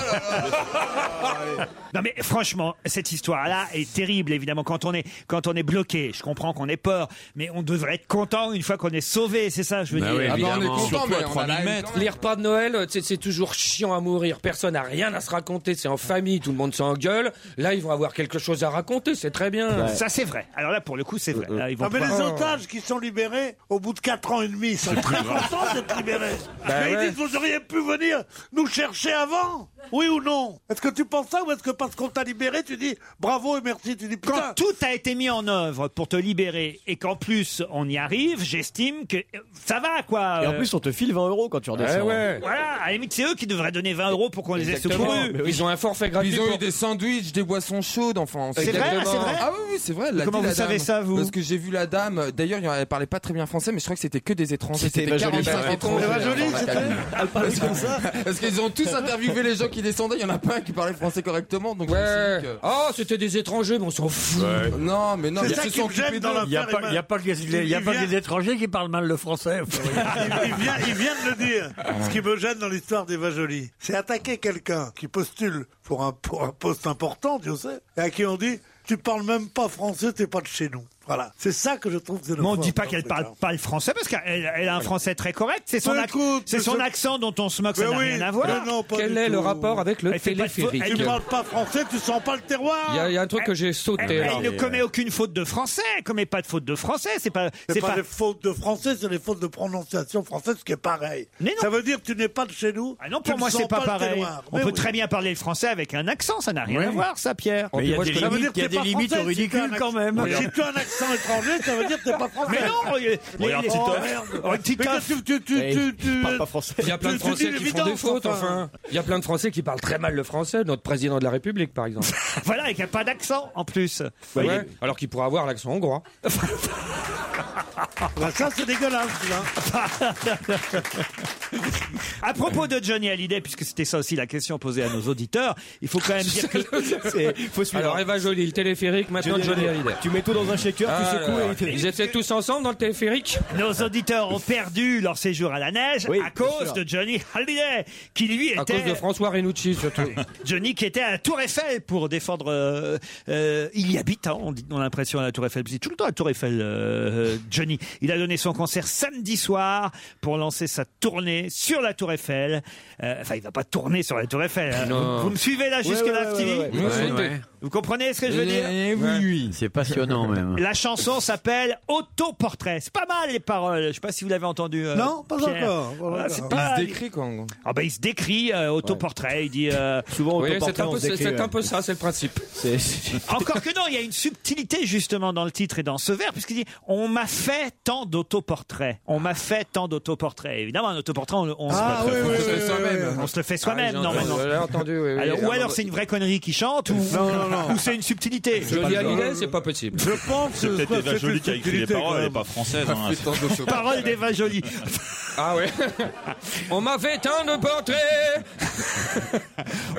C: Non mais franchement, cette histoire-là est terrible évidemment quand on est quand on est bloqué. Je comprends qu'on ait peur, mais on devrait être content une fois qu'on est sauvé. C'est ça, je veux dire.
G: Ah bah, on est content, mais on a la- Les repas de Noël, euh, tu sais, c'est toujours chiant à mourir. Personne n'a rien à se raconter. C'est en famille, tout le monde s'engueule. Là, ils vont avoir quelque chose à raconter. C'est très bien.
C: Ça c'est vrai. Alors là, pour le coup, c'est vrai. Là, ils vont
E: Ah, mais les
C: pouvoir-
E: otages qui sont libérés au bout de 4 ans et demi, ils sont
C: C'est
E: très
C: plus grave.
E: contents d'être libérés.
C: Bah
E: mais
C: ouais.
E: ils disent, vous auriez pu venir nous chercher avant Oui ou non Est-ce que tu penses ça ou est-ce que parce qu'on t'a libéré, tu dis bravo et merci Tu dis
C: Quand
E: putain
C: tout a été mis en œuvre pour te libérer et qu'en plus on y arrive, j'estime que euh, ça va quoi.
H: Ah,
F: Et en
C: Euh,
F: plus, on te file 20 euros quand tu
C: Eh
F: redescends. hein.
C: Voilà, à la limite, c'est eux qui devraient donner 20 euros pour qu'on les ait
F: Exactement.
C: secourus.
F: Mais oui. Ils ont un forfait gratuit
H: Ils ont
F: pour-
H: eu des sandwichs, des boissons chaudes, enfin.
C: C'est vrai,
H: Exactement.
C: c'est vrai
H: Ah oui, oui, c'est vrai. elle l'a
C: Comment
H: dit,
C: vous
H: la dame.
C: savez ça, vous
H: Parce que j'ai vu la dame. D'ailleurs, elle parlait pas très bien français, mais je crois que c'était que des étrangers.
F: C'était
H: C'était
F: Eva Joly,
H: 45
F: ouais.
H: étrangers.
F: Eva Joly,
H: Enfin,
F: c'était-
H: calme.
F: elle parlait
H: Parce que-
F: comme ça.
H: Parce qu'ils ont tous interviewé les gens qui descendaient. Il y en a pas un qui parlait français correctement. Donc je me
G: Ouais.
H: suis dit que-
G: Oh, c'était des étrangers, mais on s'en fout.
H: Non, mais non.
G: C'est
H: mais
G: ça
H: ils se
G: qui
H: sont
G: me gêne
H: occupés
G: dans
H: d'eux.
G: l'affaire,
I: Il n'y a, pas-
H: Emma.
I: il y a pas que les, il y a
H: Il
I: pas que
H: vient-
I: les étrangers qui parlent mal le français.
E: il vient, il vient de le dire. Ce qui me gêne dans l'histoire d'Eva Jolie, c'est attaquer quelqu'un qui postule pour un, pour un poste important, tu sais, et à qui on dit Tu parles même pas français, t'es pas de chez nous. Voilà. C'est ça que je trouve que c'est le
C: Mais on ne
E: fort
C: dit pas
E: dans
C: qu'elle
E: ce
C: parle
E: cas.
C: pas le français parce qu'elle elle a un français très correct. C'est son,
E: Mais
C: ac-
E: écoute,
C: c'est son
E: je-
C: accent dont on se moque, ça
E: Mais
C: n'a
E: oui,
C: rien à voir.
E: mais non, pas du tout.
C: Elle fait pas de faute, elle
E: Tu
C: ne
E: parles pas français, tu sens pas le terroir.
G: Il y a- il y a un truc que j'ai sauté,
C: Elle, elle
G: là.
C: ne commet aucune faute de français. Elle commet pas de faute de français. C'est pas.
E: C'est pas, des fautes de français, c'est des fautes de prononciation française, ce qui est pareil. Ça veut dire que tu n'es pas de chez nous.
C: Ah non,
E: tu
C: pour
E: ne
C: moi,
E: sens
C: c'est pas
E: le
C: pareil.
E: terroir.
C: On
E: Mais
C: peut
E: oui.
C: très bien parler le français avec un accent. Ça n'a rien
E: Oui.
C: à voir, ça, Pierre.
E: Mais il y a des limites- il y a des limites au ridicule, quand même. Si tu as un accent étranger, ça veut dire que t'es pas français.
C: Mais non, les- les-
E: Regarde,
C: les- Oh,
E: Titoff.
C: merde. Oh, Titoff.
E: Mais tu- tu- tu-
C: Eh,
E: tu- tu-
C: il parle pas français.
G: Il y a plein de
E: tu- tu
G: Français
E: dis
G: qui font des
E: l'évidence,
G: fautes,
E: enfin.
G: enfin. Il y a plein de Français qui parlent très mal le français, notre président de la République, par exemple.
C: Voilà, et qui n'a pas d'accent en plus.
G: Ouais,
C: Ouais.
G: Alors qu'il pourrait avoir l'accent hongrois.
E: Bah, ça, c'est dégueulasse, là.
C: À propos de Johnny Hallyday, puisque c'était ça aussi la question posée à nos auditeurs, il faut quand même dire que c'est-
G: Alors Eva Jolie, le téléphérique, maintenant
C: Johnny
G: Johnny,
C: Hallyday.
G: Hallyday. Ah
C: Tu mets tout dans un shaker, tu secoues
G: là
C: et
G: là.
C: il te-
G: Ils étaient tous ensemble dans le téléphérique
C: Nos auditeurs ont perdu leur séjour à la neige
G: Oui,
C: à
G: bien
C: cause
G: sûr.
C: de Johnny Hallyday, qui lui était
G: À cause de François Renucci, surtout.
C: Johnny qui était à la Tour Eiffel pour défendre. euh, euh, il y habite, hein, on, dit- on a l'impression à la Tour Eiffel. C'est tout le temps à la Tour Eiffel, euh, euh, Johnny. Il a donné son concert samedi soir pour lancer sa tournée sur la Tour Eiffel. Euh, Enfin, il va pas tourner sur la Tour Eiffel. hein.
I: Non.
C: Vous, vous me suivez là
I: Ouais,
C: jusque-là,
I: ouais,
C: Stevie
I: ouais, ouais, ouais. Ouais, ouais.
C: Vous comprenez ce que je veux dire
G: Eh
I: C'est passionnant même.
C: La chanson s'appelle Autoportrait. C'est pas mal les paroles. Je sais pas si vous l'avez entendu. euh,
E: Non, pas
C: Pierre.
E: encore, pas
C: Voilà,
E: encore.
C: c'est
E: Il
C: pas-
E: se
G: décrit, quoi, en gros.
C: Ah ben il se décrit euh, autoportrait. Il dit euh, souvent
G: Oui, c'est un, peu- c'est- c'est un peu
C: euh.
G: ça, c'est le principe.
C: Encore que non, il y a une subtilité justement dans le titre et dans ce vers, puisqu'il dit on m'a fait tant d'autoportraits. On m'a fait tant d'autoportraits. Évidemment, un autoportrait, on, on
G: Ah,
C: se
G: oui,
C: le-
G: oui,
C: on se
G: oui,
C: le fait
G: oui,
C: soi-même.
G: oui.
C: On se le fait
G: Ah,
C: soi-même.
G: j'ai
C: non,
G: entendu,
C: non.
G: je l'ai entendu, oui, oui.
C: Alors, ou
G: Non,
C: alors
G: non.
C: c'est une vraie connerie qui chante, ou,
G: Non, non, non.
C: ou c'est une subtilité.
G: Johnny Hallyday, c'est pas possible.
E: Je pense
K: C'est peut-être Eva Jolie qui a écrit les paroles, elle est pas française. Hein.
C: Parole d'Eva Jolie.
G: Ah ouais On m'a fait tant de portraits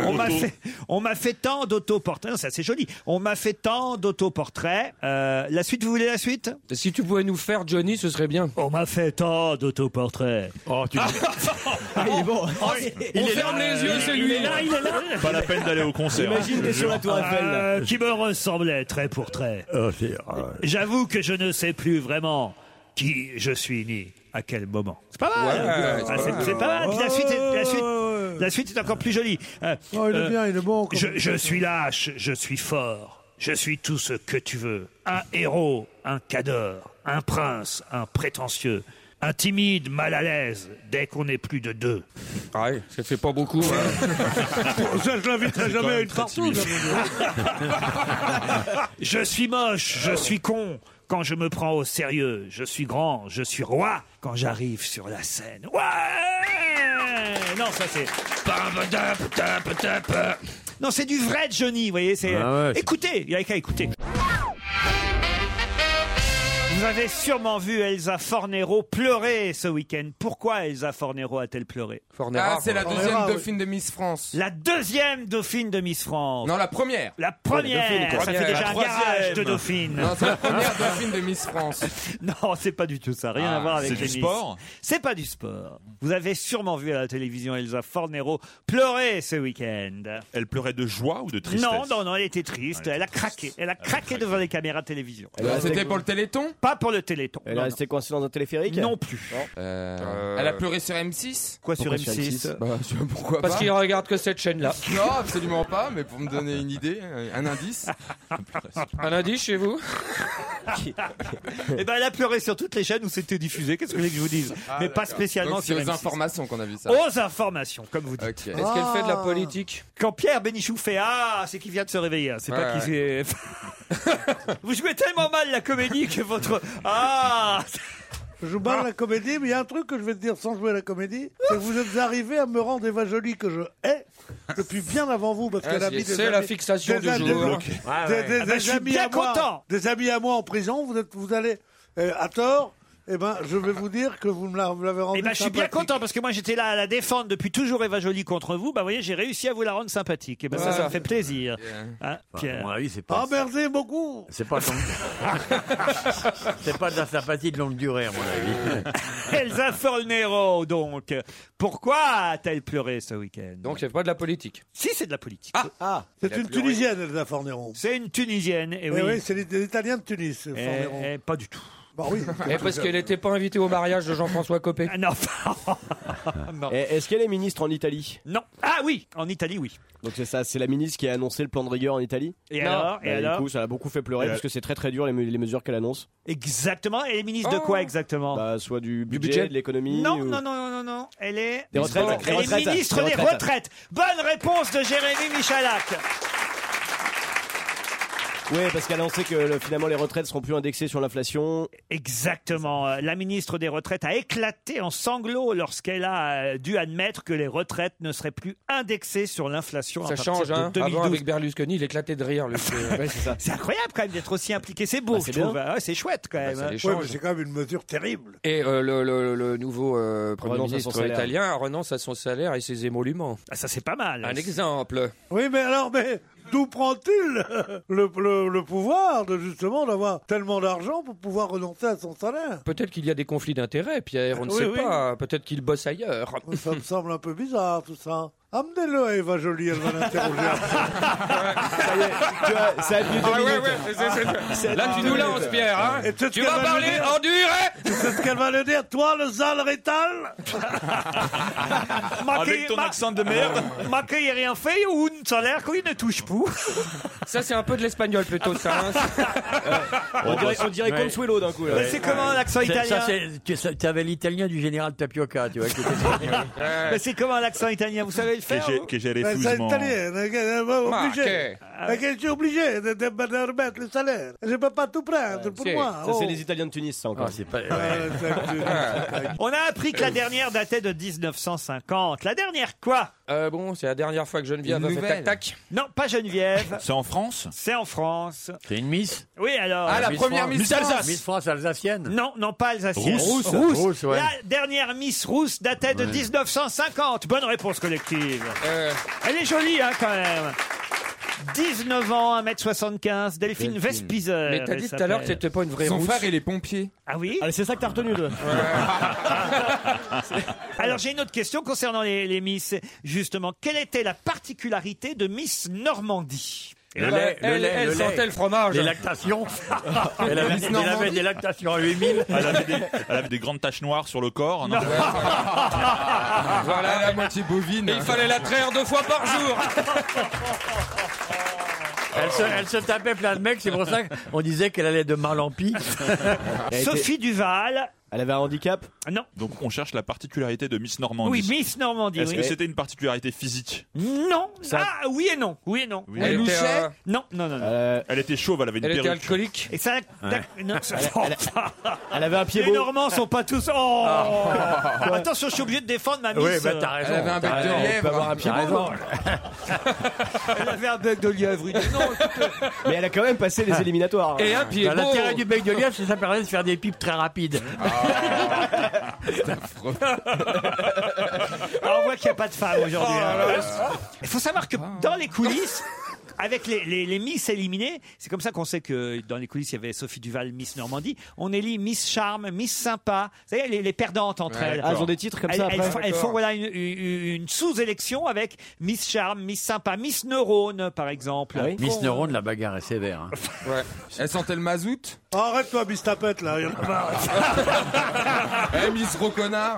C: On m'a fait, on m'a fait tant d'autoportraits. Non, ça c'est joli. On m'a fait tant d'autoportraits. Euh, la suite, vous voulez la suite
G: Si tu pouvais nous faire Johnny, ce serait bien.
C: On m'a fait tant d'autoportraits. Oh, tu. Ah,
G: Ah, On ferme les yeux, c'est
C: Il
G: lui.
C: est là, il est là.
K: Pas la peine d'aller au concert.
C: Euh, qui me ressemblait trait pour trait. J'avoue que je ne sais plus vraiment qui je suis ni à quel moment. C'est pas mal.
E: Ouais,
C: Ah,
E: c'est
C: c'est-
E: pas
C: c'est
E: mal.
C: pas mal. Puis la suite, est- la suite,
E: Ouais.
C: la suite est encore plus jolie. Euh,
E: Oh, il est
C: euh,
E: bien, il est bon. comme-
C: je, je suis lâche, je suis fort, je suis tout ce que tu veux. Un héros, un cador, un prince, un prétentieux, un timide, mal à l'aise, dès qu'on est plus de deux.
G: Ah ouais, ça fait pas beaucoup.
E: hein. Bon, ça, je l'inviterai jamais à une partout.
C: Je suis moche, je suis con. Quand je me prends au sérieux, je suis grand, je suis roi. Quand j'arrive sur la scène. Ouais Non, ça c'est. Non, c'est du vrai Johnny, vous voyez. C'est...
I: Ah ouais, c'est-
C: écoutez, il y a qu'à écouter. Vous Vous avez sûrement vu Elsa Fornero pleurer ce week-end. Pourquoi Elsa Fornero a-t-elle pleuré
H: Ah, c'est la deuxième dauphine de Miss France.
C: La deuxième dauphine de Miss France.
H: Non, la première.
C: La première.
H: Ouais, la dauphine, quoi.
C: ça
H: La
C: fait déjà un
H: troisième.
C: garage de dauphine.
H: Non, c'est la première
C: dauphine de Miss France. non, c'est pas du tout ça. Rien
K: Ah,
C: à voir avec
K: c'est
C: les
K: du
C: Miss.
K: sport
C: C'est pas du sport. Vous avez sûrement vu à la télévision Elsa Fornero pleurer ce week-end.
K: Elle pleurait de joie ou de tristesse
C: Non, non, non, elle était triste. Elle a craqué. Elle a craqué devant les caméras de télévision.
H: Eh
F: Elle
H: ben,
F: a- C'était pour le
H: Téléthon
C: Pas pour le Téléthon.
F: Elle est
C: non,
F: restée coincée dans un téléphérique
C: Non plus.
G: Euh,
C: Euh,
H: Elle a pleuré sur M6
C: Quoi
F: sur Pourquoi sur M6? M6?
H: Bah, je- pourquoi
G: Parce
H: pas
G: qu'il regarde que cette chaîne-là.
H: Non, absolument pas, mais pour me donner une idée, euh, un indice.
G: Un indice chez vous
C: Eh ben, elle a pleuré sur toutes les chaînes où c'était diffusé. Qu'est-ce que vous voulez que je vous dise
H: Ah,
C: Mais pas
H: d'accord.
C: spécialement
H: Donc, c'est
C: sur
H: aux
C: M6.
H: informations qu'on a vu ça.
C: Aux informations, comme vous dites.
G: Est-ce qu'elle fait de la politique
C: Quand Pierre Bénichou fait Ah, c'est qu'il vient de se réveiller. hein. C'est pas
G: Ouais,
C: qu'il s'est- vous jouez tellement mal la comédie que votre Ah
E: Je joue
G: Ah.
E: mal la comédie, mais il y a un truc que je vais te dire sans jouer la comédie, c'est que vous êtes arrivé à me rendre Eva Jolie que je hais depuis bien avant vous, parce
G: Ah,
E: qu'elle a
G: c'est-
E: mis des
G: c'est la
E: amis-
G: fixation
E: des
G: du
E: amis-
G: jour.
E: des-
G: Ok.
E: des-
G: Ah ouais.
E: des-
C: ben,
G: Ah
E: des
G: bah, je suis
E: amis
G: bien
E: à moi-
G: content.
E: Des amis à moi en prison, vous êtes, vous allez euh, à tort. Eh ben, je vais vous dire que vous me la- vous l'avez rendu
C: Eh ben, je suis bien
E: sympathique.
C: content parce que moi j'étais là à la défendre depuis toujours Eva Jolie contre vous. Bah, vous voyez, j'ai réussi à vous la rendre sympathique. Et ben, ça, ça me
E: Ouais.
C: fait plaisir. Hein,
I: Enfin, à
C: Pierre.
I: mon avis, c'est pas.
E: Ah,
C: ben,
E: merci beaucoup.
I: C'est pas, ton- c'est pas de la sympathie de longue durée, à mon avis.
C: Elsa Fornero, donc. Pourquoi a-t-elle pleuré ce week-end
G: Donc c'est pas de la politique.
C: Si, c'est de la politique.
E: Ah, c'est une Tunisienne, Elsa Forneron.
C: C'est une Tunisienne, et
E: Eh
C: oui.
E: oui, c'est l'I- l'Italien de Tunis,
C: Eh,
E: Forneron.
C: eh, pas du tout.
E: Bah oui.
G: Et Eh, parce qu'elle n'était pas invitée au mariage de Jean-François Copé.
C: Ah non.
F: Et Eh, Est-ce qu'elle est ministre en Italie
C: ah, Non. Ah oui, en Italie, oui.
F: Donc c'est ça, c'est la ministre qui a annoncé le plan de rigueur en Italie
C: Et
F: Non.
C: alors Et
F: Bah, Du
C: alors
F: coup, ça l'a beaucoup fait pleurer
C: Et
F: parce
C: alors
F: que c'est très très dur les, me- les mesures qu'elle annonce.
C: Exactement. Et ministre
G: Oh.
C: de quoi exactement
F: Bah, soit du budget,
C: budget
F: de l'économie.
C: Non,
F: ou-
C: non, non, non, non, non. Elle est.
F: Des retraites,
C: Elle
F: des
C: est
F: retraites,
C: ministre
F: des
C: des
F: retraites.
C: retraites. Bonne réponse de Jérémy Michalak.
F: Oui, parce qu'elle a annoncé que le- finalement les retraites seront plus indexées sur l'inflation.
C: Exactement. Euh, La ministre des Retraites a éclaté en sanglots lorsqu'elle a euh, dû admettre que les retraites ne seraient plus indexées sur l'inflation. à
G: Ça
C: partir
G: change,
C: de
G: hein.
C: 2012.
G: Avant, avec Berlusconi, il éclatait de rire.
C: Ah,
G: lui. Ouais, c'est ça.
C: C'est incroyable quand même d'être aussi impliqué. C'est beau,
G: Bah,
C: je
G: c'est
C: trouve.
G: bien.
C: Ah ouais, c'est chouette quand même.
G: ça
C: hein.
G: les change.
C: Ouais, mais
E: C'est quand même une mesure terrible.
G: Et euh, le, le- le nouveau euh, Premier
E: Renonce à son
G: ministre
E: salaire.
G: italien renonce à son salaire et ses émoluments.
C: Ah, ça, c'est pas mal.
G: Un exemple.
E: Oui, mais alors, mais d'où prend-il le, le- le pouvoir de justement d'avoir tellement d'argent pour pouvoir renoncer à son salaire
G: Peut-être qu'il y a des conflits d'intérêts, Pierre, on ne
E: Oui,
G: sait
E: oui.
G: pas. Peut-être qu'il bosse ailleurs.
E: Ça me semble un peu bizarre tout ça. Amenez-le à Eva Jolie, elle va l'interroger.
F: Tu vois, ça a tenu deux
G: Ah ouais,
F: minutes.
G: ouais, c'est- c'est- c'est- Là, tu nous lances, Pierre. Hein
E: Et tu sais ce
G: tu
E: qu'elle
G: vas
E: va
G: parler
E: nous dire
G: en hein. durée
E: Tu sais ce qu'elle va le dire, toi, le sale rétal
C: Avec ton accent de merde.
G: Ah
C: Macri n'a rien fait ou un salaire qu'il ne touche pas.
G: Ça, c'est un peu de l'espagnol plutôt, ça. hein.
F: On dirait, on dirait
I: Ouais.
F: Consuelo d'un coup. là.
C: Mais c'est comment l'accent
I: C'est- ça,
C: italien
I: c'est- tu ça- t'avais l'italien du général Tapioca, tu vois. qui était-
C: Mais c'est comment l'accent italien Vous savez le faire vous
K: Que j'ai les
E: Ben, C'est
K: fous,
E: italien, elle va
G: Ma,
E: obligée.
G: que-
E: Elle est obligée de, de, de remettre le salaire. Je ne peux pas tout prendre pour
F: Si.
E: moi.
F: Ça,
E: Oh.
F: c'est les Italiens de Tunis, ça encore.
I: c'est pas.
E: Ouais,
F: Ah,
E: c'est-
C: On a appris que la dernière datait de 1950. La dernière quoi
G: Euh, bon, c'est la dernière fois que Geneviève
C: Une
G: a fait
C: nouvelle.
G: tac-tac.
C: Non, pas Geneviève.
K: C'est en France
C: C'est en France.
I: C'est une Miss
C: Oui, alors.
G: Ah, la première Miss
I: France.
G: Alsace.
I: Miss France alsacienne
C: Non, non, pas alsacienne.
I: Rousse.
C: Rousse.
I: Rousse, ouais.
C: La dernière Miss Rousse datait de
I: Ouais.
C: 1950. Bonne réponse collective.
G: Euh,
C: Elle est jolie, hein, quand même. 19 ans, 1m75, Delphine,
I: Delphine.
C: Vespizer.
G: mais t'as
C: elle
G: dit tout à l'heure que
C: s'appelle.
G: c'était pas une vraie
H: Son
G: rousse.
H: frère, il est pompier.
C: Ah oui
F: Allez, c'est ça que t'as retenu, toi.
C: Alors j'ai une autre question concernant les, les Miss. Justement, quelle était la particularité de Miss Normandie
I: Le
G: Eh ben,
I: lait, le
G: elle-
I: lait,
G: elle
I: le lait.
G: sentait le fromage.
I: Les lactations. elle, avait,
H: Miss
I: elle
H: Normandie.
I: avait des lactations à 8000.
K: Elle avait, des, elle avait des grandes taches noires sur le corps. hein, Non,
G: Voilà,
H: À moitié bovine.
G: Et il fallait la traire deux fois par jour.
I: Elle se, elle se tapait plein de mecs, c'est pour ça qu'on disait qu'elle allait de mal en pis.
F: Elle a été-
C: Sophie Duval
F: Elle avait un handicap
C: Non.
K: Donc on cherche la particularité de Miss Normandie.
C: Oui, Miss Normandie,
K: Est-ce
C: oui.
K: que c'était une particularité physique
C: Non. Ah, oui et non. Oui et non.
K: Oui. Elle Elle était, louchait euh,
C: Non, non, non. non.
K: Elle était chauve, elle avait une
C: elle était
K: perruque.
C: alcoolique Et ça.
K: Ouais.
C: non, ça-
K: Elle-
F: Elle avait un pied
C: Les
F: beau.
C: Normands sont pas tous. Oh Attention, je suis obligé de défendre ma miss. euh,
F: Ouais, bah, t'as raison, Elle avait un t'as bec de raison, elle lièvre. peut
C: hein.
F: avoir un pied
C: T'as
F: beau.
C: raison. Elle avait un bec de lièvre. il dit non.
F: Mais elle a quand même passé les éliminatoires.
I: Et un pied Bah, beau. l'intérêt du
F: bec de lièvre, c'est
I: Ça permet de faire des pipes très rapides.
C: Ah, on voit qu'il n'y a pas de femmes aujourd'hui. hein. Il faut savoir que dans les coulisses. Avec les, les, les Miss éliminées, c'est comme ça qu'on sait que dans les coulisses, il y avait Sophie Duval, Miss Normandie. On élit Miss Charme, Miss Sympa. Vous savez, les, les perdantes entre
F: Ouais,
C: elles.
F: d'accord. Ah, elles ont des titres comme
C: Elles-
F: ça
C: Elles,
F: après
C: font, elles font,
F: D'accord.
C: voilà, une, une- une sous-élection avec Miss Charme, Miss Sympa, Miss Neurone, par exemple.
F: Ah
I: Miss Neurone, la bagarre est sévère. hein.
H: Elle sentait le mazout
E: Arrête-toi, Miss Tapette, là. il y en a marre.
H: Eh, Miss Roconnard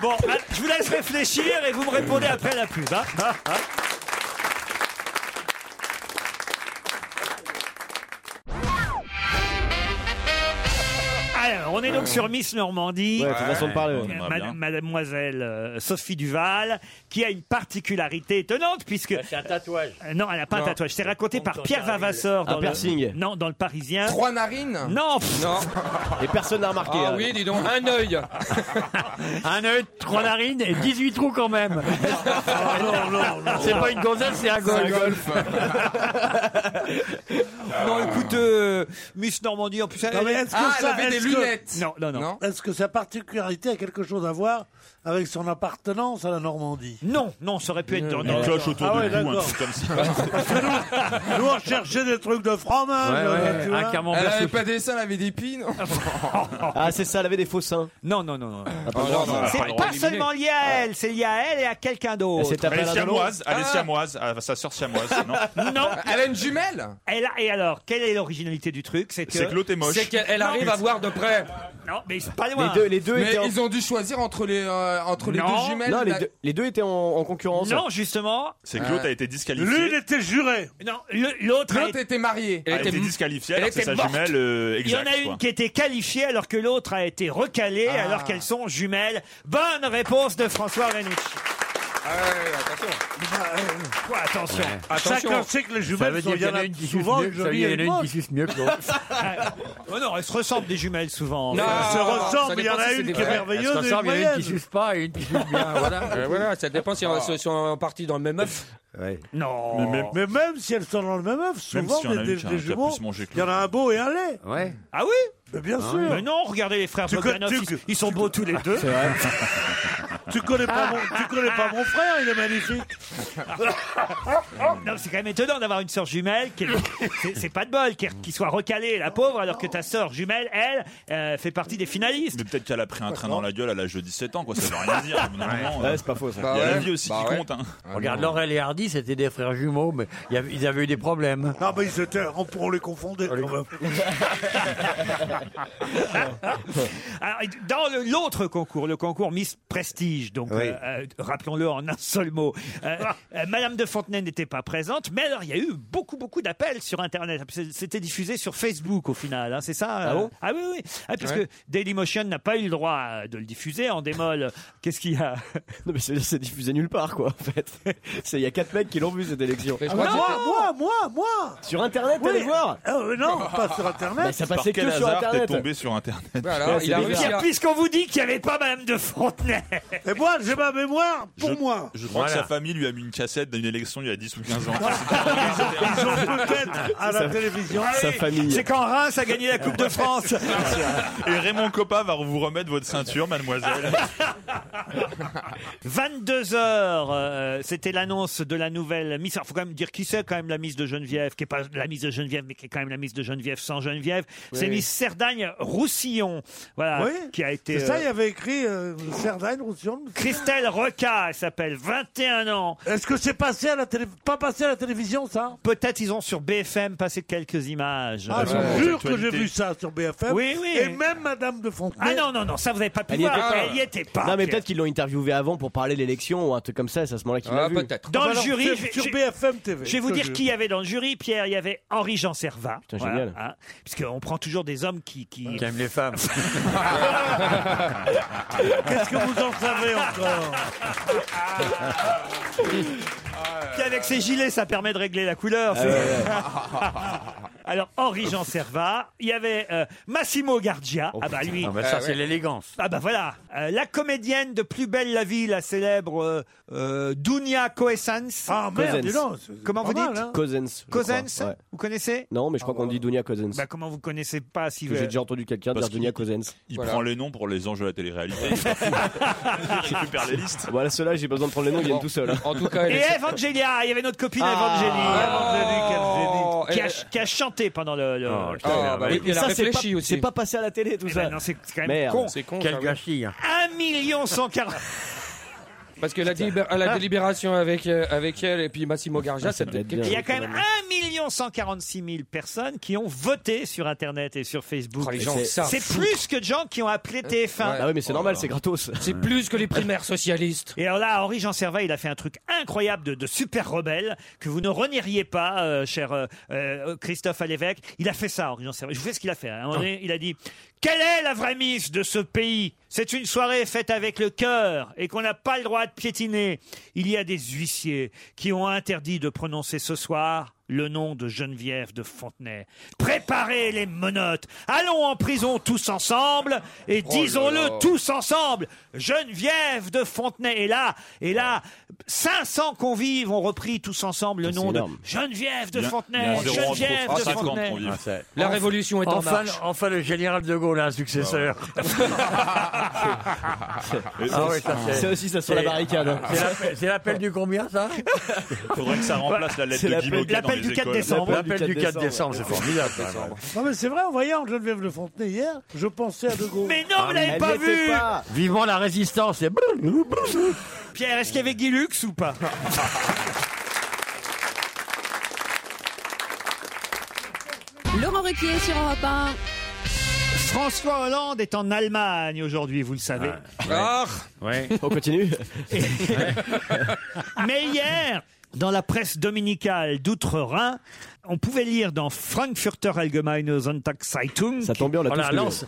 C: Bon, ah, je vous laisse réfléchir et vous me répondez après la pub. hein. Hein, hein. Alors, on est donc sur Miss Normandie.
F: Ouais, c'est façon de parler, ouais.
C: Euh,
F: On aimerait
C: mad-
F: bien.
C: mademoiselle euh, Sophie Duval, qui a une particularité étonnante, puisque...
I: C'est un tatouage.
C: Euh, Non, elle n'a pas un
I: Non.
C: tatouage. C'est raconté par
I: t'en
C: Pierre
I: arrive.
C: Vavasseur.
I: Un
C: dans le-
I: piercing.
C: Non, dans le Parisien.
H: Trois narines
C: Non pff.
F: Et personne n'a remarqué.
H: Ah
F: hein.
H: oui, dis donc, un œil
I: Un œil, trois narines et 18 trous quand même.
E: Ah,
I: C'est pas une gonzesse, c'est un golf.
C: Non, écoute, euh, Miss Normandie, en plus...
E: Ah. Non, mais est-ce que
C: Ah,
E: ça, est-ce que-
C: Non, non, non.
E: Est-ce que sa particularité a quelque chose à voir avec son appartenance à la Normandie
C: Non, non, ça aurait pu être dans...
E: Une cloche autour
C: Ah
E: du
C: ouais,
E: cou, un
C: d'accord.
E: truc comme Nous, on cherchait des trucs de fromage. là, tu vois.
H: Elle avait pas des seins, elle avait des pines
F: Ah, c'est ça, elle avait des faux seins. Ah,
C: Non, non, Ah, non. non.
H: Ah,
F: pas le droit, non.
K: pas
C: C'est
K: le
C: pas,
K: droit d'éliminer.
C: seulement lié à elle, c'est lié à elle et à quelqu'un d'autre.
K: Elle est siamoise, elle est siamoise, ah, sa sœur siamoise, non
C: Non.
H: Elle a une jumelle
C: Elle a- et alors, quelle est l'originalité du truc C'est que,
K: C'est que l'autre est moche.
H: C'est qu'elle elle arrive à voir de près.
C: Non, mais ils sont pas loin. Les deux- les deux
H: mais
C: étaient en-
H: ils ont dû choisir entre les, euh, entre les
C: Ah, Non.
H: deux jumelles.
C: Non, les
H: la-
C: deux-
F: Les deux étaient en, en concurrence.
C: Non, justement.
K: C'est que l'autre
H: Ouais.
K: a été disqualifiée.
E: L'une était jurée.
C: Non, le- l'autre. a
H: L'autre
C: été-
H: était mariée.
K: Elle a été disqualifiée,
C: elle
K: alors que
C: était
K: sa
C: morte.
K: jumelle euh,
C: Il y en
K: exacte,
C: a une
K: quoi.
C: qui était qualifiée alors que l'autre a été recalée
H: Ah.
C: alors qu'elles sont jumelles. Bonne réponse de François Renucci.
I: Ah
C: Ah, Quoi, attention.
E: Chacun sait que les jumelles sont bien
I: qui suce
E: souvent
I: mieux
E: une
I: que- ça veut
E: jolie
I: dire
E: et
I: qu'il
E: une
I: y en a une qui
E: moche.
I: suce mieux que l'autre.
C: Oh non, elles se ressemblent des jumelles souvent.
E: Non,
C: Elles
E: se ressemblent, il y en a une qui
C: Elles
E: est
C: se
E: merveilleuse et
C: ressemblent,
E: une
C: il y en a une
E: moyenne.
C: qui suce pas et une qui suce bien.
H: Voilà. Euh, voilà, ça dépend si on- si on est en partie dans le même œuf.
C: Non.
E: Mais même, si elles sont dans le même œuf,
K: Même
E: souvent
K: s'il y en a
E: des, des-
K: une qui a-
E: des
K: qui a
E: jumeaux,
K: plus mangé que
E: il y en a un beau et un laid.
I: Ouais.
C: Ah oui
E: Mais bien
C: Ah
E: sûr.
C: oui. Mais non, regardez les frères
E: Tu co-
C: Bogdanov,
E: tu-
C: ils, ils sont beaux tous les deux.
E: C'est vrai. Ah. tu connais pas mon, tu connais pas mon frère, il est magnifique.
C: Non, c'est quand même étonnant d'avoir une sœur jumelle qui est- c'est- c'est pas de bol qui, qui soit recalée la pauvre alors que ta sœur jumelle elle euh, fait partie des finalistes.
K: Mais peut-être qu'elle a pris un train dans la gueule à l'âge de 17 ans, quoi. Ça veut rien dire. au bout d'un
I: hein.
K: moment, euh,
F: c'est pas faux, ça.
K: Il y
I: Bah
K: a
H: Bah
K: la vie aussi qui compte, hein.
H: Ah,
I: Regarde, Laurel et Hardy, c'était des frères jumeaux, mais il y avait- ils avaient eu des problèmes.
E: Non, mais Ah, bah, ils étaient, on, on les confondait. quand même.
C: Alors, dans le- l'autre concours, le concours Miss Prestige, donc
I: Oui.
C: euh, euh, rappelons-le en un seul mot, euh,
F: Ah.
C: euh, Madame de Fontenay n'était pas présente, mais alors il y a eu beaucoup beaucoup d'appels sur Internet. C'est- C'était diffusé sur Facebook au final, hein, c'est ça euh
F: Ah bon
C: Ah oui, oui, Ah, parce
F: Ouais.
C: que Dailymotion n'a pas eu le droit euh, de le diffuser en démol. Qu'est-ce qu'il y a
F: Non, mais ça veut dire que c'est diffusé nulle part, quoi, en fait. C'est- Il y a 4 mecs qui l'ont vu, cette élection.
E: Ah, moi, moi, moi, moi.
F: Sur Internet,
E: Oui.
F: allez voir
E: Euh, non, pas sur Internet.
F: Bah, ça
K: Par
F: passait que
K: quel
F: sur
K: hasard
F: Internet.
K: t'es tombé sur Internet
H: Voilà, Bah, il a
C: Et
H: réussi
C: puis,
H: à-
C: Euh, Puisqu'on vous dit qu'il n'y avait pas Madame de Fontenay.
E: Et moi, j'ai ma mémoire pour
K: Je-
E: moi.
K: Je crois que
I: Voilà.
K: sa famille lui a mis une cassette d'une élection il y a 10 ou 15 ans.
E: Ils ont peut-être à la télévision.
F: Sa famille.
C: C'est quand Reims a gagné la Coupe de France.
K: Et Raymond Coppa va vous remettre votre ceinture, mademoiselle.
C: 22 heures, euh, c'était l'annonce de la nouvelle Miss. Alors, faut quand même dire qui c'est quand même la Miss de Geneviève, qui est pas la Miss de Geneviève, mais qui est quand même la Miss de Geneviève sans Geneviève. C'est
H: Oui.
C: Miss Cerdagne Roussillon, voilà,
E: Oui.
C: qui a été.
E: C'est ça, il y
C: euh,
E: avait écrit euh, Cerdagne, Roussillon.
C: Christelle Roca, elle s'appelle, 21 ans.
E: Est-ce Est-ce que c'est passé à la télé... pas passé à la télévision, ça
C: Peut-être ils ont sur BFM passé quelques images.
E: Ah, je vous jure que j'ai vu ça sur BFM.
C: Oui, oui.
E: Et même Madame de Fontenay.
C: Ah non, non, non, ça vous n'avez pas pu
F: Elle y
C: voir.
F: était pas.
C: Ah, Elle y était pas.
F: Non, mais
C: Pierre.
F: peut-être qu'ils l'ont interviewé avant pour parler de l'élection ou un truc comme ça, c'est à ce moment-là qu'il l'a vu.
C: Dans le jury, je vais-
E: sur
C: je-
E: BFM TV.
C: Je vais vous
E: Je
C: dire
E: jure.
C: qui y avait dans le jury. Pierre, il y avait Henri Jean Servat.
F: Putain, génial.
C: hein. Puisqu'on prend toujours des hommes qui. Qui,
I: aiment les femmes.
E: Qu'est-ce que vous en savez encore
C: Puis avec ses gilets, ça permet de régler la couleur.
E: Ah
C: c'est-
E: ouais, ouais.
C: Alors, Henri-Jean Servat. Il y avait euh, Massimo Gardia. ah bah
I: putain.
C: lui.
I: Ah bah ça, Ah c'est ouais. l'élégance.
C: Ah bah voilà. Euh, la comédienne de Plus belle la vie, la célèbre euh, euh, Dunia Coessens. Ah
F: merde, dis donc,
C: Comment vous
F: pas mal,
C: dites
F: hein. Coessens, je
C: Coessens,
F: crois, ouais.
C: Vous connaissez
F: Non, mais je crois qu'on dit Dunia Cousins.
C: Bah comment vous connaissez pas si
F: Que J'ai déjà entendu quelqu'un
K: Parce
F: dire Dunia
K: qu'il-
F: Cousins.
K: Il prend les noms pour les anges de la télé-réalité. il s'en fout. Il récupère les listes.
F: Voilà, ceux-là, j'ai pas besoin de prendre les noms, ils viennent tout seuls. hein.
K: En tout
C: Et hein. Evangelia, il y avait notre copine
F: Ah.
C: Ah.
G: Ah.
C: Evangelia,
F: Oh.
C: Evangelie, qui, a,
F: Elle-
C: qui a chanté pendant le. le- le-
F: Ah, bah oui,
C: le-
F: puis elle a
C: Ça, c'est
F: réfléchi
C: pas-
F: aussi.
C: C'est pas passé à la télé tout ça. Eh ben non, c'est c'est quand même con.
I: Quel gâchis. hein.
C: 1 million 140.
G: Parce que la, délibé- la délibération avec, euh, avec elle et puis Massimo Gargia, ça peut être quelque
C: Il y a
G: chose,
C: quand même 1 million 146 000 personnes qui ont voté sur Internet et sur Facebook.
G: Oh, les gens,
C: C'est-
G: ça,
C: c'est
G: fou.
C: plus que de gens qui ont appelé TF1.
G: Ah oui, mais c'est normal, c'est
F: gratos.
G: C'est plus que les primaires socialistes.
C: Et alors là, Henri Jean Servat, il a fait un truc incroyable de, de super rebelle que vous ne renieriez pas, euh, cher euh, euh, Christophe à l'évêque. Il a fait ça, Henri Jean Servat. Je vous fais ce qu'il a fait. hein. À un moment
G: Ah.
C: donné, il a dit Quelle est la vraie mise de ce pays C'est une soirée faite avec le cœur et qu'on n'a pas le droit de piétiner. Il y a des huissiers qui ont interdit de prononcer ce soir le nom de Geneviève de Fontenay. Préparez les menottes. Allons en prison tous ensemble et
D: Oh là
C: disons-le
D: là.
C: tous ensemble. Geneviève de Fontenay est là. Et là, 500 convives ont repris tous ensemble le
I: C'est
C: nom de
I: énorme.
C: Geneviève de
I: Il y a- il y
C: Fontenay.
I: a zéro
C: Geneviève
I: entre-
C: de
I: ah, cinquante
C: Fontenay.
I: convives.
G: La révolution est en
I: enfin,
G: marche.
I: Enfin, le général de Gaulle a un successeur. Ah ouais, ça, c'est-
F: C'est aussi ça sur la
I: c'est-
E: Ah,
I: ah,
F: barricade.
I: c'est l'appel- C'est l'appel du combien, ça
K: Faudrait que ça remplace la lettre
I: C'est
K: de Guy
I: l'appel-
K: Moquet
I: l'appel
K: dans les
I: du 4
K: écoles.
I: décembre. L'appel du 4 décembre, c'est formidable. ça, ouais.
E: Non mais c'est vrai, en voyant Geneviève Le Fontenay hier, je pensais à De Gaulle.
C: Mais non,
I: Ah,
C: vous l'avez pas vu
I: Vivant la résistance. et
C: Pierre, est-ce qu'il y avait Guy Lux ou pas
M: Laurent Ruquier sur Europe 1.
C: François Hollande est en Allemagne aujourd'hui, vous le savez.
G: Ah.
F: On continue
C: Mais hier, dans la presse dominicale d'Outre-Rhin, on pouvait lire dans Frankfurter Allgemeine Sonntagszeitung. Ça
F: tombait,
I: Oh là, lance,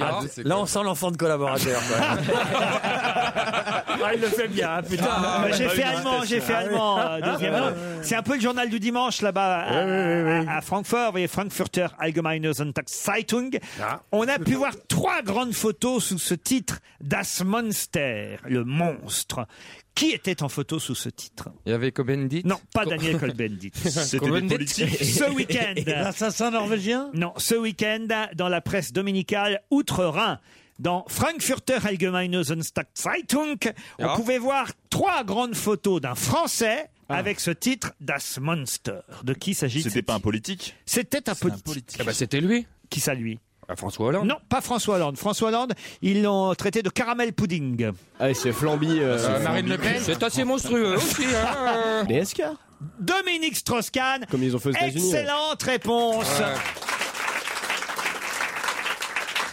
I: Ah, lance en l'enfant de collaborateur.
C: il le fait bien, putain.
I: Ah, ouais.
C: j'ai
I: Pas
C: fait
I: une
C: allemand,
I: vitesse,
C: j'ai fait
I: ah,
C: allemand.
I: oui.
C: euh, deuxième
I: Ah,
C: langue.
I: ouais,
C: C'est un peu le journal du dimanche là-bas à, à- à Francfort. Vous voyez, Frankfurter Allgemeine Sonntagszeitung.
I: Ah,
C: On a pu voir trois grandes photos sous ce titre Das Monster, le monstre. Qui était en photo sous ce titre
G: Il y avait Cobendit
C: Non, pas Daniel Cohn-Bendit. Ce week-end.
E: L'assassin norvégien
C: Non, ce week-end, dans la presse dominicale Outre-Rhin, dans Frankfurter Allgemeine Sonntagszeitung, on
D: Ah.
C: pouvait voir trois grandes photos d'un Français avec ce titre Das Monster. De qui s'agit-il Ah. C'était pas un
K: politique
C: C'était un politique.
G: Eh ben, c'était lui Ah,
C: Qui ça, lui
G: François Hollande
C: Non, pas François Hollande. François Hollande, ils l'ont traité de caramel pudding.
F: Ah, c'est flambi. euh,
G: Euh, Marine Le Pen, c'est assez monstrueux aussi. Hein
F: Les SK
C: Dominique Strauss-Kahn.
F: Comme ils ont fait aux États-Unis. hein.
C: Excellente réponse.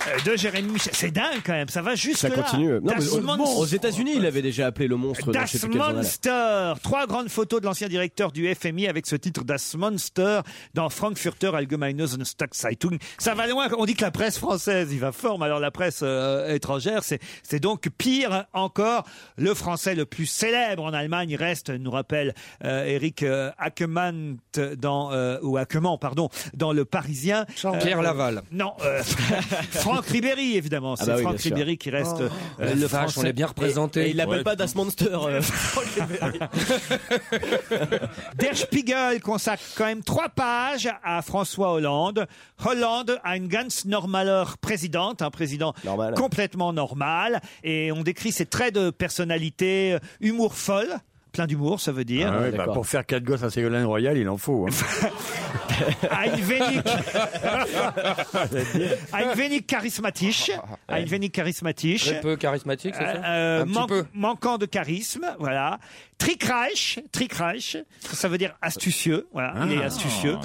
C: Euh, De Jérémy Michel. C'est dingue quand même, ça va juste
F: Ça
C: là.
F: continue. Non,
C: Das
F: mais aux,
C: Monster.
F: aux États-Unis, il avait déjà appelé le monstre dans je sais
C: Das
F: plus quel journal.
C: Monster Trois grandes photos de l'ancien directeur du FMI avec ce titre Das Monster dans Frankfurter Allgemeine Sonntagszeitung. Ça va loin. On dit que la presse française, il va fort, mais alors la presse euh, étrangère, c'est c'est donc pire encore. Le français le plus célèbre en Allemagne reste, nous rappelle euh, Eric euh, Ackermann t- dans, euh, ou Ackermann, pardon, dans Le Parisien. Euh,
G: Pierre Laval.
C: Non, euh, Franck Ribéry, évidemment.
G: Ah
C: C'est
G: bah oui,
C: Franck
G: bien sûr.
C: Ribéry qui reste
G: Oh.
C: euh,
G: La
C: le
G: vache,
C: français.
G: on est bien représenté.
F: Et il l'appelle pas Das Monster. euh.
C: Der Spiegel consacre quand même trois pages à François Hollande. Hollande a une ganz normaler présidente, un président complètement normal. Et on décrit ses traits de personnalité, euh, humour folle. Plein d'humour, ça veut dire.
I: Ah ouais, bah, pour faire quatre gosses à Ségolène Royal, il en faut. hein.
C: Ein wenig, ein wenig charismatisch. Ein wenig charismatisch.
G: Un peu charismatique, c'est ça
C: Euh,
G: Un petit
C: man-
G: peu.
C: Manquant de charisme, voilà. Trickreich, trickreich, ça veut dire astucieux, voilà, il est
I: Ah.
C: astucieux.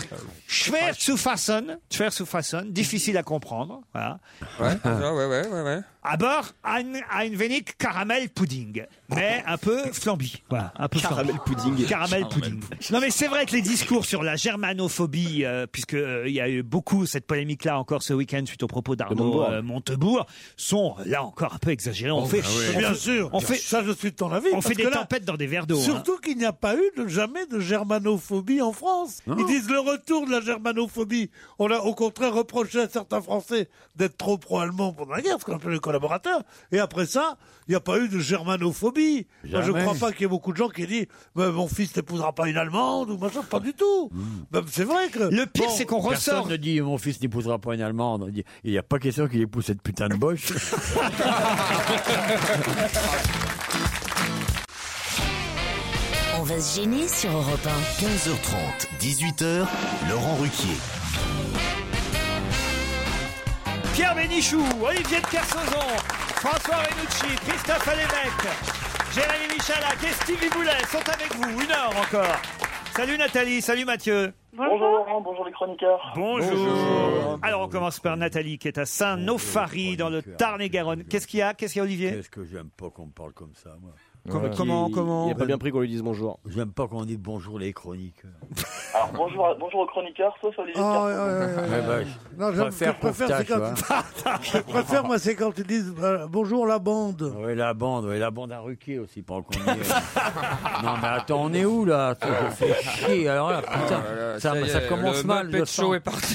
C: Schwer zu fassen, schwer zu fassen, difficile à comprendre, voilà.
G: Ouais, ah ouais, ouais, ouais, ouais.
C: Aber ein, ein wenig caramel pudding, mais un peu flambi, voilà, un peu flambi.
F: Caramel pudding.
C: Caramel pudding. Non mais c'est vrai que les discours sur la germanophobie, euh, puisque euh, il y a eu beaucoup cette polémique-là encore ce week-end suite aux propos d'Arnaud
E: Montebourg.
C: euh, Montebourg, sont là encore un peu exagérés. On
E: Oh,
C: fait,
E: bah ouais.
C: on
E: Bien
C: fait-
E: sûr.
C: on fait
E: ça je suis de ton avis.
C: on
E: parce
C: fait des
E: que là,
C: tempêtes dans des verres d'eau. hein.
E: Surtout qu'il n'y a pas eu de, jamais de germanophobie en France. Ils disent le retour de la germanophobie. On a au contraire reproché à certains Français d'être trop pro-allemands pendant la guerre, ce qu'on appelle les collaborateurs. Et après ça, il n'y a pas eu de germanophobie. Moi, je ne
I: Jamais.
E: crois pas qu'il y ait beaucoup de gens qui disent Mais mon fils n'épousera pas une Allemande ou machin. Pas du tout. Ben, c'est vrai que.
C: Hmm. Le pire,
E: Bon,
C: c'est qu'on
I: Personne
C: ressort.
I: ne dit mon fils n'épousera pas une Allemande. On dit, Il n'y a pas question qu'il épouse cette putain de boche.
A: On va se gêner sur Europe 1.
B: 15h30, 18h, Laurent Ruquier.
C: Pierre Bénichou, Olivier de Kersauzon, François Renucci, Christophe Alémec, Jérémy Michalak et Stevie Boulet sont avec vous. Une heure encore. Salut Nathalie, salut Mathieu.
N: Bonjour Laurent, bonjour les chroniqueurs.
C: Bonjour. Alors on commence par Nathalie qui est à
I: Oh,
C: Saint-Nofari dans le Tarn-et-Garonne. Qu'est-ce qu'il y a Qu'est-ce qu'il y a Olivier
I: Qu'est-ce que j'aime pas qu'on me parle comme ça, moi
C: Comment- comment- comment-
F: Il a pas bien pris qu'on lui dise bonjour.
I: J'aime pas qu'on dise bonjour les chroniques.
E: Euh,
N: Alors bonjour, à- bonjour aux chroniqueurs, sauf Olivier.
E: Ah,
N: Carton.
E: ouais, ouais, ouais, ouais.
I: bah,
E: Non, j'aime- ce que je préfère, c'est
I: hein.
E: quand, je préfère, moi, c'est quand ils disent euh, bonjour la bande.
I: Oui, la bande, ouais, la bande à Ruquier aussi, pas qu'on y est. Non, mais attends, on est où là Ça me fait chier. Alors là, putain,
G: Ah là là,
I: ça,
G: ça y
I: ça
G: est,
I: commence
G: le
I: mal.
G: Muppet
I: le
G: Show
I: sang.
G: est parti.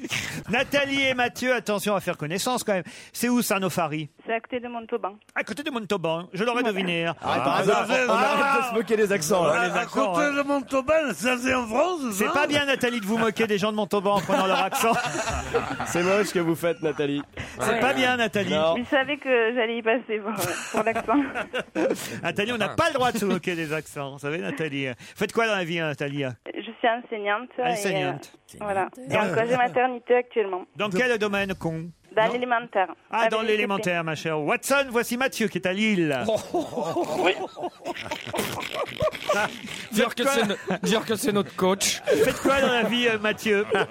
C: Nathalie et Mathieu, attention à faire connaissance quand même. C'est où Saint-Nofari
O: C'est à côté de Montauban.
C: À côté de Montauban, je l'aurais deviné. hein.
F: Ah, par hasard, on arrête de se moquer des accents. là.
C: Ah, les accents, hein.
E: de Montauban, ça c'est en France
C: C'est pas bien Nathalie de vous moquer des gens de Montauban en prenant leur accent. hein.
F: C'est moche ce que vous faites, Nathalie.
C: C'est pas bien Nathalie.
O: Mais je savais que j'allais y passer pour, pour l'accent.
C: Nathalie, on n'a pas le droit de se moquer des accents, vous savez, Nathalie. Faites quoi dans la vie, hein, Nathalie
O: Je suis enseignante. et, euh,
C: Enseignante.
O: voilà. Et en congé maternité actuellement.
C: Dans quel domaine, con
O: Dans l'élémentaire.
C: Ah,
O: Avec
C: dans
O: les
C: l'élémentaire, ma chère. Watson, voici Mathieu qui est à Lille.
G: Oh, Dire que
C: quoi
G: c'est no- dire que c'est notre coach.
C: Faites quoi dans la vie, euh, Mathieu
N: Euh,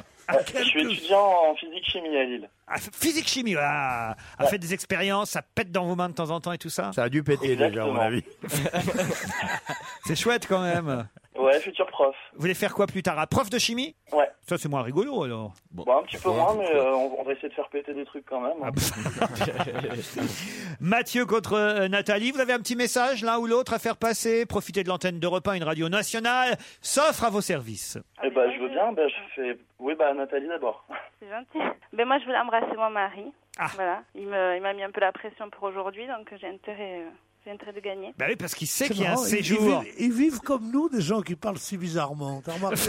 N: Je suis étudiant en physique chimie à Lille.
C: Ah, Physique chimie, ah, a fait des expériences, ça pète dans vos mains de temps en temps et tout ça.
I: Ça a dû péter déjà, à
N: Exactement.
I: mon avis.
C: C'est chouette quand même.
N: Ouais, futur prof.
C: Vous voulez faire quoi plus tard Un prof de chimie
N: Ouais.
C: Ça, c'est moins rigolo alors.
N: Bon, un petit peu moins, mais euh, on, on va essayer de faire péter des trucs quand même.
F: Ah
N: hein.
C: Mathieu contre euh, Nathalie, vous avez un petit message l'un ou l'autre à faire passer. Profitez de l'antenne d'Europe 1, une radio nationale, s'offre à vos services.
N: Eh ben, je veux bien, ben, je fais. Oui, bah, Nathalie d'abord.
O: C'est gentil. Ben moi, je voulais embrasser mon mari.
C: Ah.
O: Voilà. Il me- il m'a mis un peu la pression pour aujourd'hui, donc j'ai intérêt, euh, j'ai intérêt de gagner.
C: Bah oui, parce qu'il sait
E: C'est
C: qu'il y a un
E: marrant, ils-
C: séjour.
E: Ils, vivent, ils vivent comme nous, des gens qui parlent si bizarrement. T'as remarqué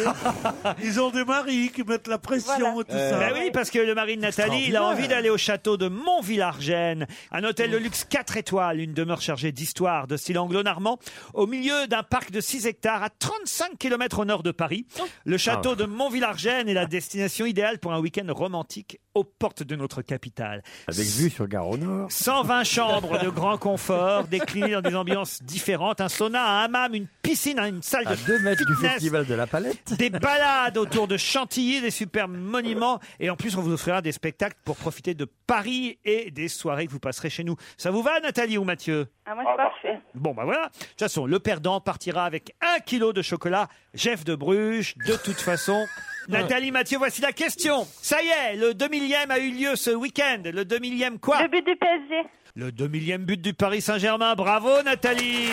E: Ils ont des maris qui mettent la pression et tout ça.
C: Ben oui, parce que le mari de Nathalie, il a
E: Extraordinaire.
C: envie d'aller au château de Montvillargennes, un hôtel de luxe 4 étoiles, une demeure chargée d'histoire de style anglo-normand, au milieu d'un parc de 6 hectares à 35 km au nord de Paris.
I: Oh.
C: Le
I: Ah
C: château de Montvillargennes est la destination idéale pour un week-end romantique aux portes de notre capitale.
I: Avec vue sur Gare au Nord.
C: 120 chambres de grand confort, déclinées dans des ambiances différentes, un sauna, un hammam, une piscine, une salle de
I: À deux mètres du
C: fitness,
I: festival de la Palette.
C: des balades autour de Chantilly, des superbes monuments. Et en plus, on vous offrira des spectacles pour profiter de Paris et des soirées que vous passerez chez nous. Ça vous va, Nathalie ou Mathieu
O: Ah, moi, c'est parfait.
C: Bon, bah voilà. De toute façon, le perdant partira avec un kilo de chocolat. Jeff de Bruges, de toute façon. Nathalie, Mathieu, voici la question. Ça y est, le 2000e a eu lieu ce week-end. Le 2000e quoi Le
O: but du PSG.
C: Le 2000e but du Paris Saint-Germain. Bravo, Nathalie.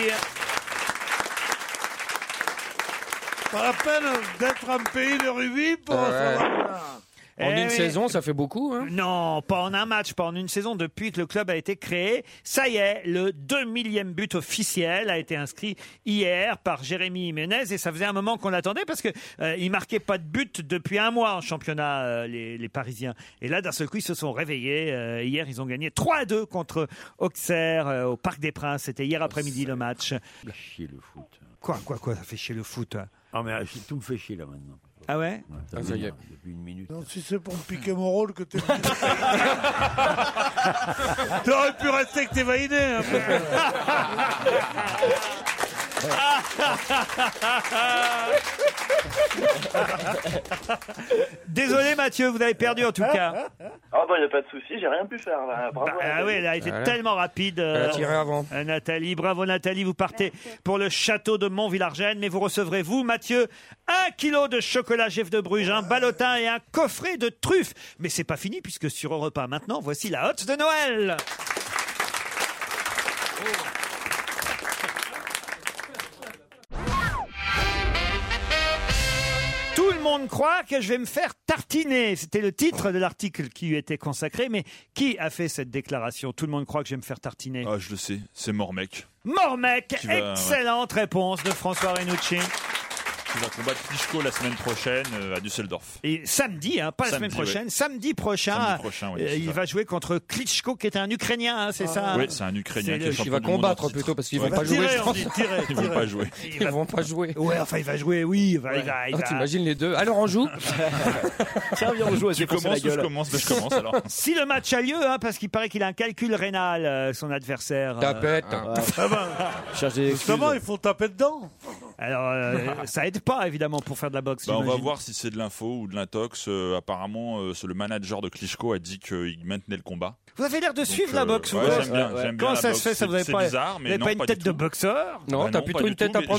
E: Pas la peine d'être un pays de rubis pour
C: Ah ouais.
E: savoir ça.
G: En
C: Eh
G: une
C: oui.
G: saison, ça fait beaucoup. Hein
C: Non, pas en un match, pas en une saison, depuis que le club a été créé. Ça y est, le 2000e but officiel a été inscrit hier par Jérémy Jiménez et ça faisait un moment qu'on l'attendait parce que euh, il marquait pas de but depuis un mois en championnat, euh, les, les Parisiens. Et là, d'un seul coup, ils se sont réveillés. Euh, hier, ils ont gagné 3 à 2 contre Auxerre euh, au Parc des Princes. C'était hier après-midi le match.
I: Chier le foot.
C: Quoi, quoi, quoi, ça fait chier le foot hein.
I: Ah, mais euh, tout me fait chier là maintenant.
C: Ah ouais
I: ça
E: ça y
I: m'énerve
E: est.
I: Depuis une minute.
E: Non, si c'est pour me piquer mon rôle que t'es. T'aurais pu rester avec tes hein, vaïnés.
N: Ah,
C: Désolé Mathieu, vous avez perdu en tout cas.
N: Ah bah y a pas de souci, j'ai rien pu faire là. Bravo.
C: Ah oui, elle a été
N: Voilà.
C: tellement rapide. euh,
N: Elle a tiré
G: avant.
C: Nathalie, bravo Nathalie, vous partez pour le château de Montvillargennes, mais vous recevrez, vous, Mathieu, un kilo de chocolat Jeff de Bruges, un ballotin et un coffret de truffes. Mais c'est pas fini, puisque sur Europe 1, maintenant, voici la hotte de Noël. Tout le monde croit que je vais me faire tartiner. C'était le titre de l'article qui lui était consacré. Mais qui a fait cette déclaration Tout le monde croit que je vais me faire tartiner.
K: Ah, je le sais, c'est Mormec.
C: Mormec,
K: Qui va, ouais.
C: excellente réponse de François Renucci.
K: qui va combattre Klitschko la semaine prochaine euh, à Düsseldorf.
C: Et samedi, hein, pas la
K: Samedi,
C: semaine prochaine,
K: ouais.
C: samedi prochain,
K: Samedi prochain, ouais,
C: euh,
K: c'est
C: il
K: ça.
C: va jouer contre Klitschko qui est un Ukrainien, hein,
G: Ah.
C: c'est ça
K: Oui, c'est un Ukrainien
C: C'est
K: Ah. qui
C: le-
K: est champion du monde en titre.
C: Ouais. Bah, tirez, on dit, tirez,
K: Ils vont
C: tirez.
K: pas jouer.
G: Ils vont pas jouer.
C: Ouais, enfin, il va jouer, oui. Il va, il va, il
G: Ah,
C: va-
G: T'imagines les deux. Alors on joue
F: Tiens, viens, on joue à se
K: Tu
F: défoncer
K: commences
F: la
K: ou je
F: gueule.
K: commence Bah, Je commence alors.
C: Si le match a lieu, hein, parce qu'il paraît qu'il a un calcul rénal, euh, son adversaire.
G: Tapette.
C: Ah bah.
E: Justement, ils font taper dedans.
C: Alors, euh, ça aide pas évidemment pour faire de la boxe.
K: Bah, on va
C: j'imagine.
K: voir si c'est de l'info ou de l'intox. Euh, apparemment, euh, c'est le manager de Klitschko a dit qu'il maintenait le combat.
C: Vous avez l'air de suivre la
K: euh,
C: boxe,
K: ouais,
C: vous
K: j'aime bien, Ouais, ouais. j'aime bien
C: Comment
K: la
C: ça
K: boxe,
C: se fait Ça vous
K: c'est-
C: avez
K: c'est
C: pas,
K: bizarre, mais
C: vous avez
K: non,
C: pas une
K: pas du
C: tête de boxeur
K: Bah non, pas du tout, mais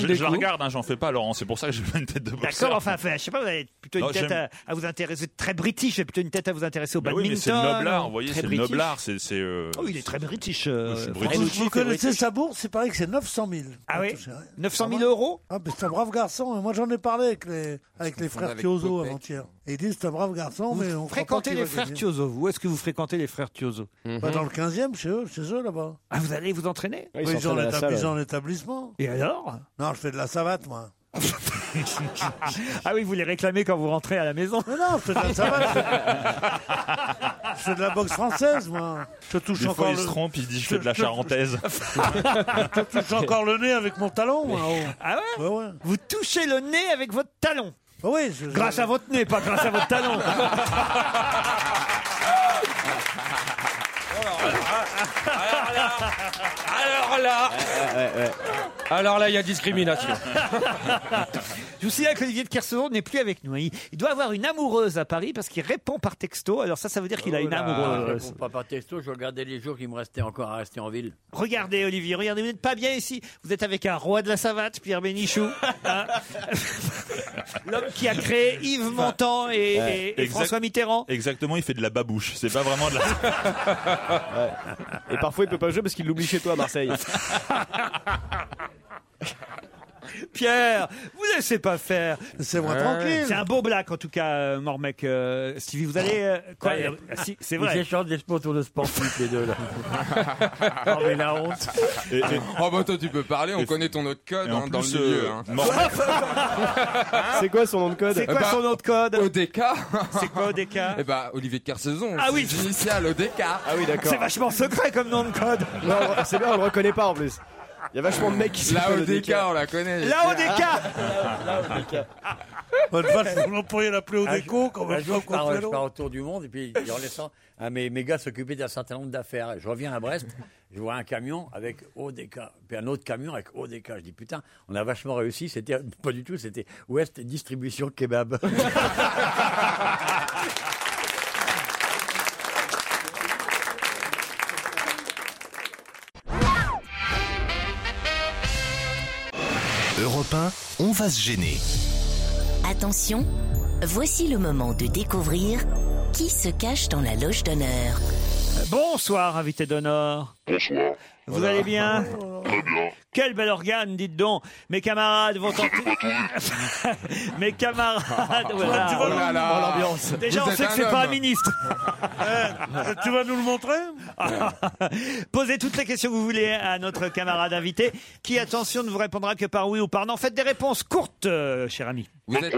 K: je, Je la regarde, hein, j'en fais pas, Laurent. C'est pour ça que je veux une tête de boxeur.
C: D'accord, enfin, enfin, je sais pas, vous avez plutôt une
K: Non,
C: tête à,
K: j'aime-
C: à vous intéresser très british, et plutôt une tête à vous intéresser au
K: Bah
C: badminton.
K: oui, mais c'est le noblard, vous voyez,
C: Très
K: c'est le
C: british.
K: noblard. C'est, c'est, euh,
C: Oh, il est très british. euh,
K: je suis
C: François.
K: british.
E: Vous connaissez sa bourse C'est pareil que c'est 900 000.
C: Ah oui 900 000 euros
E: Ah, ben, c'est un brave garçon. Moi, j'en ai parlé avec les, avec les
C: qu'on
E: frères
C: avait
E: Tiozo
C: Popek.
E: avant-hier. Et ils disent c'est un brave garçon, mais on
C: Vous
E: croit pas
C: fréquentez
E: qu'il
C: les
E: va
C: frères
E: gagner.
C: Tiozo Vous, est-ce que vous fréquentez les frères Tiozo
E: Bah, dans le 15e, chez eux, chez eux là-bas.
C: Ah, vous allez vous entraîner
E: Oui, ils ont l'étab- ils ont l'établissement.
C: Et alors
E: Non, je fais de la savate, moi.
C: Ah oui, vous les réclamez quand vous rentrez à la maison
E: Mais non, je fais de la savate. je fais de la boxe française, moi. Je touche
K: Des
E: encore
K: fois, il
E: le...
K: se trompe, il dit je fais de la charentaise.
E: je touche encore le nez avec mon talon, moi. oh.
C: Ah ouais, Vous touchez le nez avec votre talon
E: Ah oui, je-
C: Grâce à votre nez, pas grâce à votre talon
G: Alors là Alors là, il y a discrimination.
C: Je vous signale qu'Olivier de Kersauzon n'est plus avec nous. Il il doit avoir une amoureuse à Paris parce qu'il répond par texto. Alors ça, ça veut dire qu'il a une
I: Ah, Je
C: amoureuse.
I: réponds pas par texto, je regardais les jours qui me restaient encore à rester en ville.
C: Regardez, Olivier, regardez, vous n'êtes pas bien ici. Vous êtes avec un roi de la savate, Pierre Bénichou. hein. L'homme qui a créé Yves Montand et, et-
K: Ouais.
C: et
K: Exact-
C: François Mitterrand.
K: Exactement, il fait de la babouche. C'est pas vraiment de la.
F: Et parfois, il peut pas jouer parce qu'il l'oublie chez toi à Marseille.
C: Pierre, vous laissez pas faire.
E: C'est
F: moi tranquille.
C: C'est un beau black, en tout cas, euh, Mormec. Euh, Stevie, vous allez. euh, quoi
I: Ah. Ouais.
C: euh, ah, si, C'est
I: Ils
C: vrai.
I: échangent des spots autour de sportifs, les deux, là. oh, mais la honte.
H: Oh bah toi tu peux parler, on connaît ton autre code
K: et en
H: hein, dans le
K: plus,
H: milieu.
K: euh,
H: hein.
K: Mormec-
F: C'est quoi son nom de code
H: C'est quoi son
C: nom de code
H: ODK.
C: C'est quoi ODK
H: Eh bah Olivier de Carsaison.
F: Ah oui.
H: c'est Initial ODK.
F: Ah oui, d'accord.
C: C'est vachement secret comme nom de code.
F: Non, c'est bien, on le reconnaît pas en plus. Il y a vachement de mecs qui
H: La
F: s'appellent
H: ODK, on la connaît. Ah.
C: La ODK
E: Bonne vache, vous pourriez l'appeler au déco quand
I: Un
E: même.
I: jour, Ah, je pars,
E: contre
I: je pars autour du monde et puis en laissant à Ah, mes, mes gars s'occuper d'un certain nombre d'affaires. Je reviens à Brest, je vois un camion avec ODK, puis un autre camion avec ODK. Je dis putain, on a vachement réussi. C'était pas du tout, c'était Ouest Distribution Kebab.
B: Europe 1, on va se gêner.
A: Attention, voici le moment de découvrir qui se cache dans la loge d'honneur.
C: Bonsoir, invité d'honneur.
P: Bonsoir.
C: Vous allez bien
E: Oh.
P: Très bien.
C: Quel bel organe, dites donc. Mes camarades vont tenter. Mes camarades, voilà.
E: Tu vas nous- Oh là là. Oh, l'ambiance.
C: Déjà,
E: Vous
C: on
E: êtes
C: sait que
E: un
C: c'est pas un
E: homme.
C: ministre.
E: tu vas nous le montrer
C: Posez toutes les questions que vous voulez à notre camarade invité, qui, attention, ne vous répondra que par oui ou par non. Faites des réponses courtes, euh, cher ami.
H: Vous êtes,